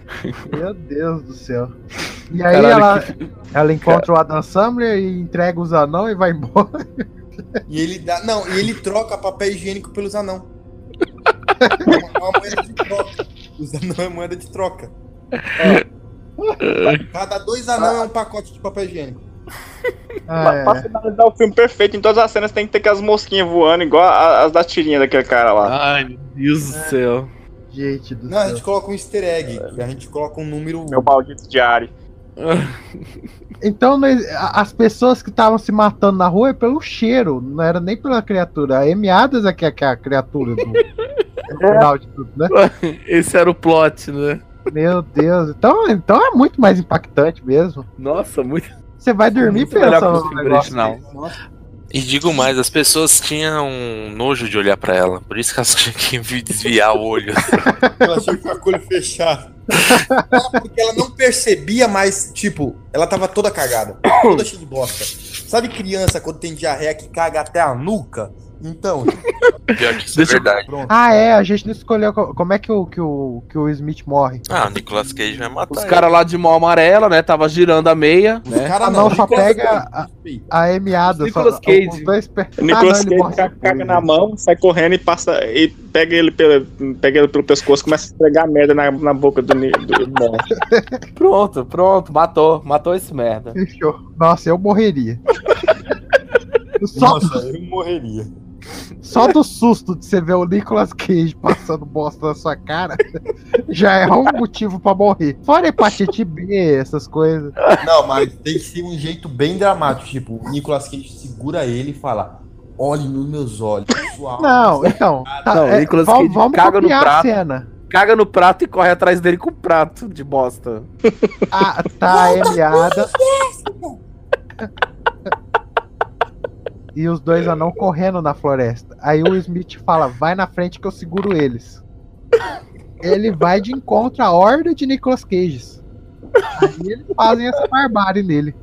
Meu Deus do céu. E aí Caralho, ela, que- ela encontra o Adam Sandler e entrega os anão e vai embora. E ele dá. Não, e ele troca papel higiênico pelos anão. É uma, uma moeda de troca. Os anão é moeda de troca. Ó, cada dois anão é um pacote de papel higiênico. é. Pra- Pra finalizar o filme perfeito, em todas as cenas Ah. tem que ter aquelas mosquinhas voando, igual a- as da tirinha daquele cara lá. Ai, meu Deus do céu. Gente do Não, a gente coloca um easter egg. que A gente coloca um número. Meu maldito diário. Então, né, a- as pessoas que estavam se matando na rua é pelo cheiro, não era nem pela criatura. A M. Adams é que é que é a criatura do, do final de tudo, né? Esse era o plot, né? Meu Deus, então, então é muito mais impactante mesmo. Nossa, muito. Você vai dormir Muito é melhor que pensando o no filme negócio. original. E digo mais, as pessoas tinham um nojo de olhar pra ela, por isso que elas tinham que vi- desviar o olho. Ela achou que ficou com o olho fechado. Ah, porque ela não percebia mais, tipo, ela tava toda cagada, toda cheia de bosta. Sabe criança quando tem diarreia que caga até a nuca? Então, Pior que isso é verdade. Ah, é, a gente não escolheu co- como é que o, que o, que o Smith morre. Ah, o Nicolas Cage vai matar. Os caras lá de mão amarela, né? Tava girando a meia. né? Ah, não, só pega a, a M. Adams. só- Nicolas Cage. os dois pe- O Nicolas Ah, não, ele Cage morre. caga, caga na mão, sai correndo e passa e pega ele pelo, pega ele pelo pescoço e começa a esfregar a merda na, na boca do, Ni- do, do Pronto, pronto, matou. Matou esse merda. Fechou. Nossa, eu morreria. Só- nossa, eu morreria. Só do susto de você ver o Nicolas Cage passando bosta na sua cara, já é um motivo pra morrer. Fora hepatite B, essas coisas. Não, mas tem que ser um jeito bem dramático, tipo, o Nicolas Cage segura ele e fala: "Olhe nos meus olhos, pessoal." Não, então. tá, Não, é, Nicolas vamos- Cage vamos caga no copiar a prato. cena. Caga no prato e corre atrás dele com o prato de bosta. Ah, tá, Eliada. E os dois anão correndo na floresta. Aí o Smith fala: vai na frente que eu seguro eles. Ele vai de encontro à horda de Nicolas Cages. Aí eles fazem essa barbárie nele.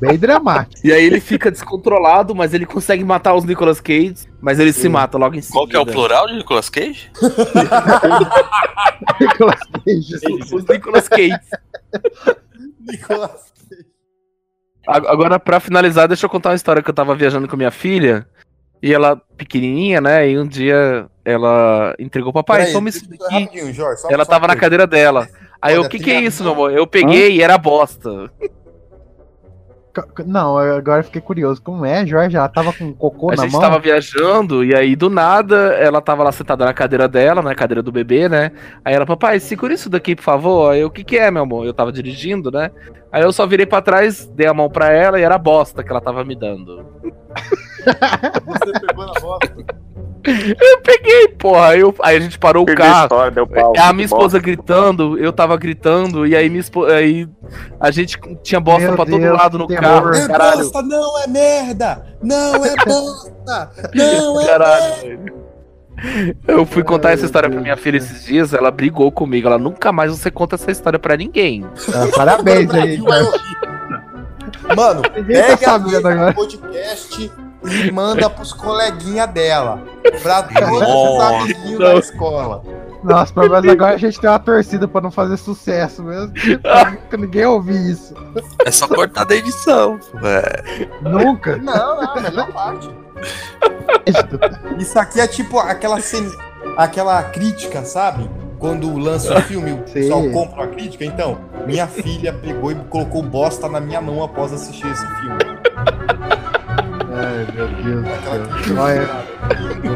Bem dramático. E aí ele fica descontrolado, mas ele consegue matar os Nicolas Cage, mas ele se mata logo em seguida. Qual que é o plural de Nicolas Cage? Nicolas Cages. Os Nicolas Cage. Nicolas A- Agora, pra finalizar, deixa eu contar uma história que eu tava viajando com minha filha. E ela, pequenininha, né? E um dia ela entregou, papai, Peraí, soma isso deixa eu- daqui. rapidinho, Jorge, só- um Ela só tava uma na coisa. cadeira dela. Aí eu, Olha, o que que tem é a- isso, meu amor? Eu peguei e era bosta. Não, eu agora fiquei curioso. Como é, Jorge? Ela tava com cocô a na gente mão? tava viajando e aí do nada ela tava lá sentada na cadeira dela, na cadeira do bebê, né? Aí ela, papai, segura isso daqui, por favor. Aí eu, o que que é, meu amor? Eu tava dirigindo, né? Aí eu só virei pra trás, dei a mão pra ela e era a bosta que ela tava me dando. Você pegou na bosta. Eu peguei, porra. Aí, eu- aí a gente parou o Perdi a carro. é história, deu pau, a muito minha bosta. esposa gritando, eu tava gritando, e aí minha espo- aí a gente tinha bosta Meu pra todo Deus, lado no que carro. terror. Caralho. Bosta não é merda. Não é bosta. Não é Caralho, velho. Eu fui contar essa história pra minha filha esses dias, ela brigou comigo. Ela nunca mais você conta essa história pra ninguém. Ah, parabéns aí, Jorge. é Mano, Ninguém tá pega sabendo agora. o podcast e manda pros coleguinha dela. Pra todos os Nossa. amiguinhos da escola. Nossa, pelo menos agora a gente tem uma torcida pra não fazer sucesso mesmo. pra nunca ninguém ouvir isso. É só cortar da edição. É. Nunca. Não, não, a melhor parte. Isso aqui é tipo aquela cen- aquela crítica, sabe? Quando lança o filme, o pessoal compra a crítica. Então, minha filha pegou e colocou bosta na minha mão após assistir esse filme. Ai, meu Deus do céu. É. Olha,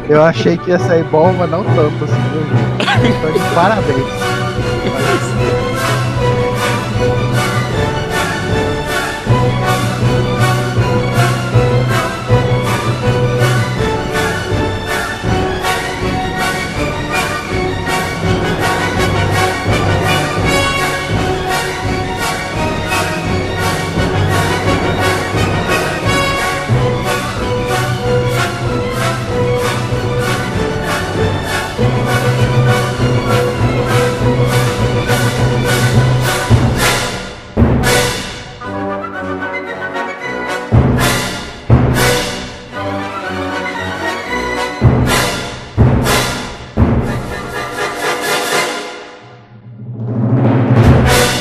eu achei que ia sair bom, mas não tanto assim. viu, gente? Então, de parabéns. Não, se o cara conseguiu chegar até o fim, ele é, ele é Ele é guerreiro. guerreiro, né?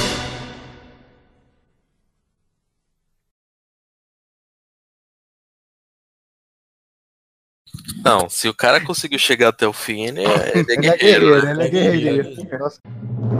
é é né? né? ele é guerreiro. Nossa.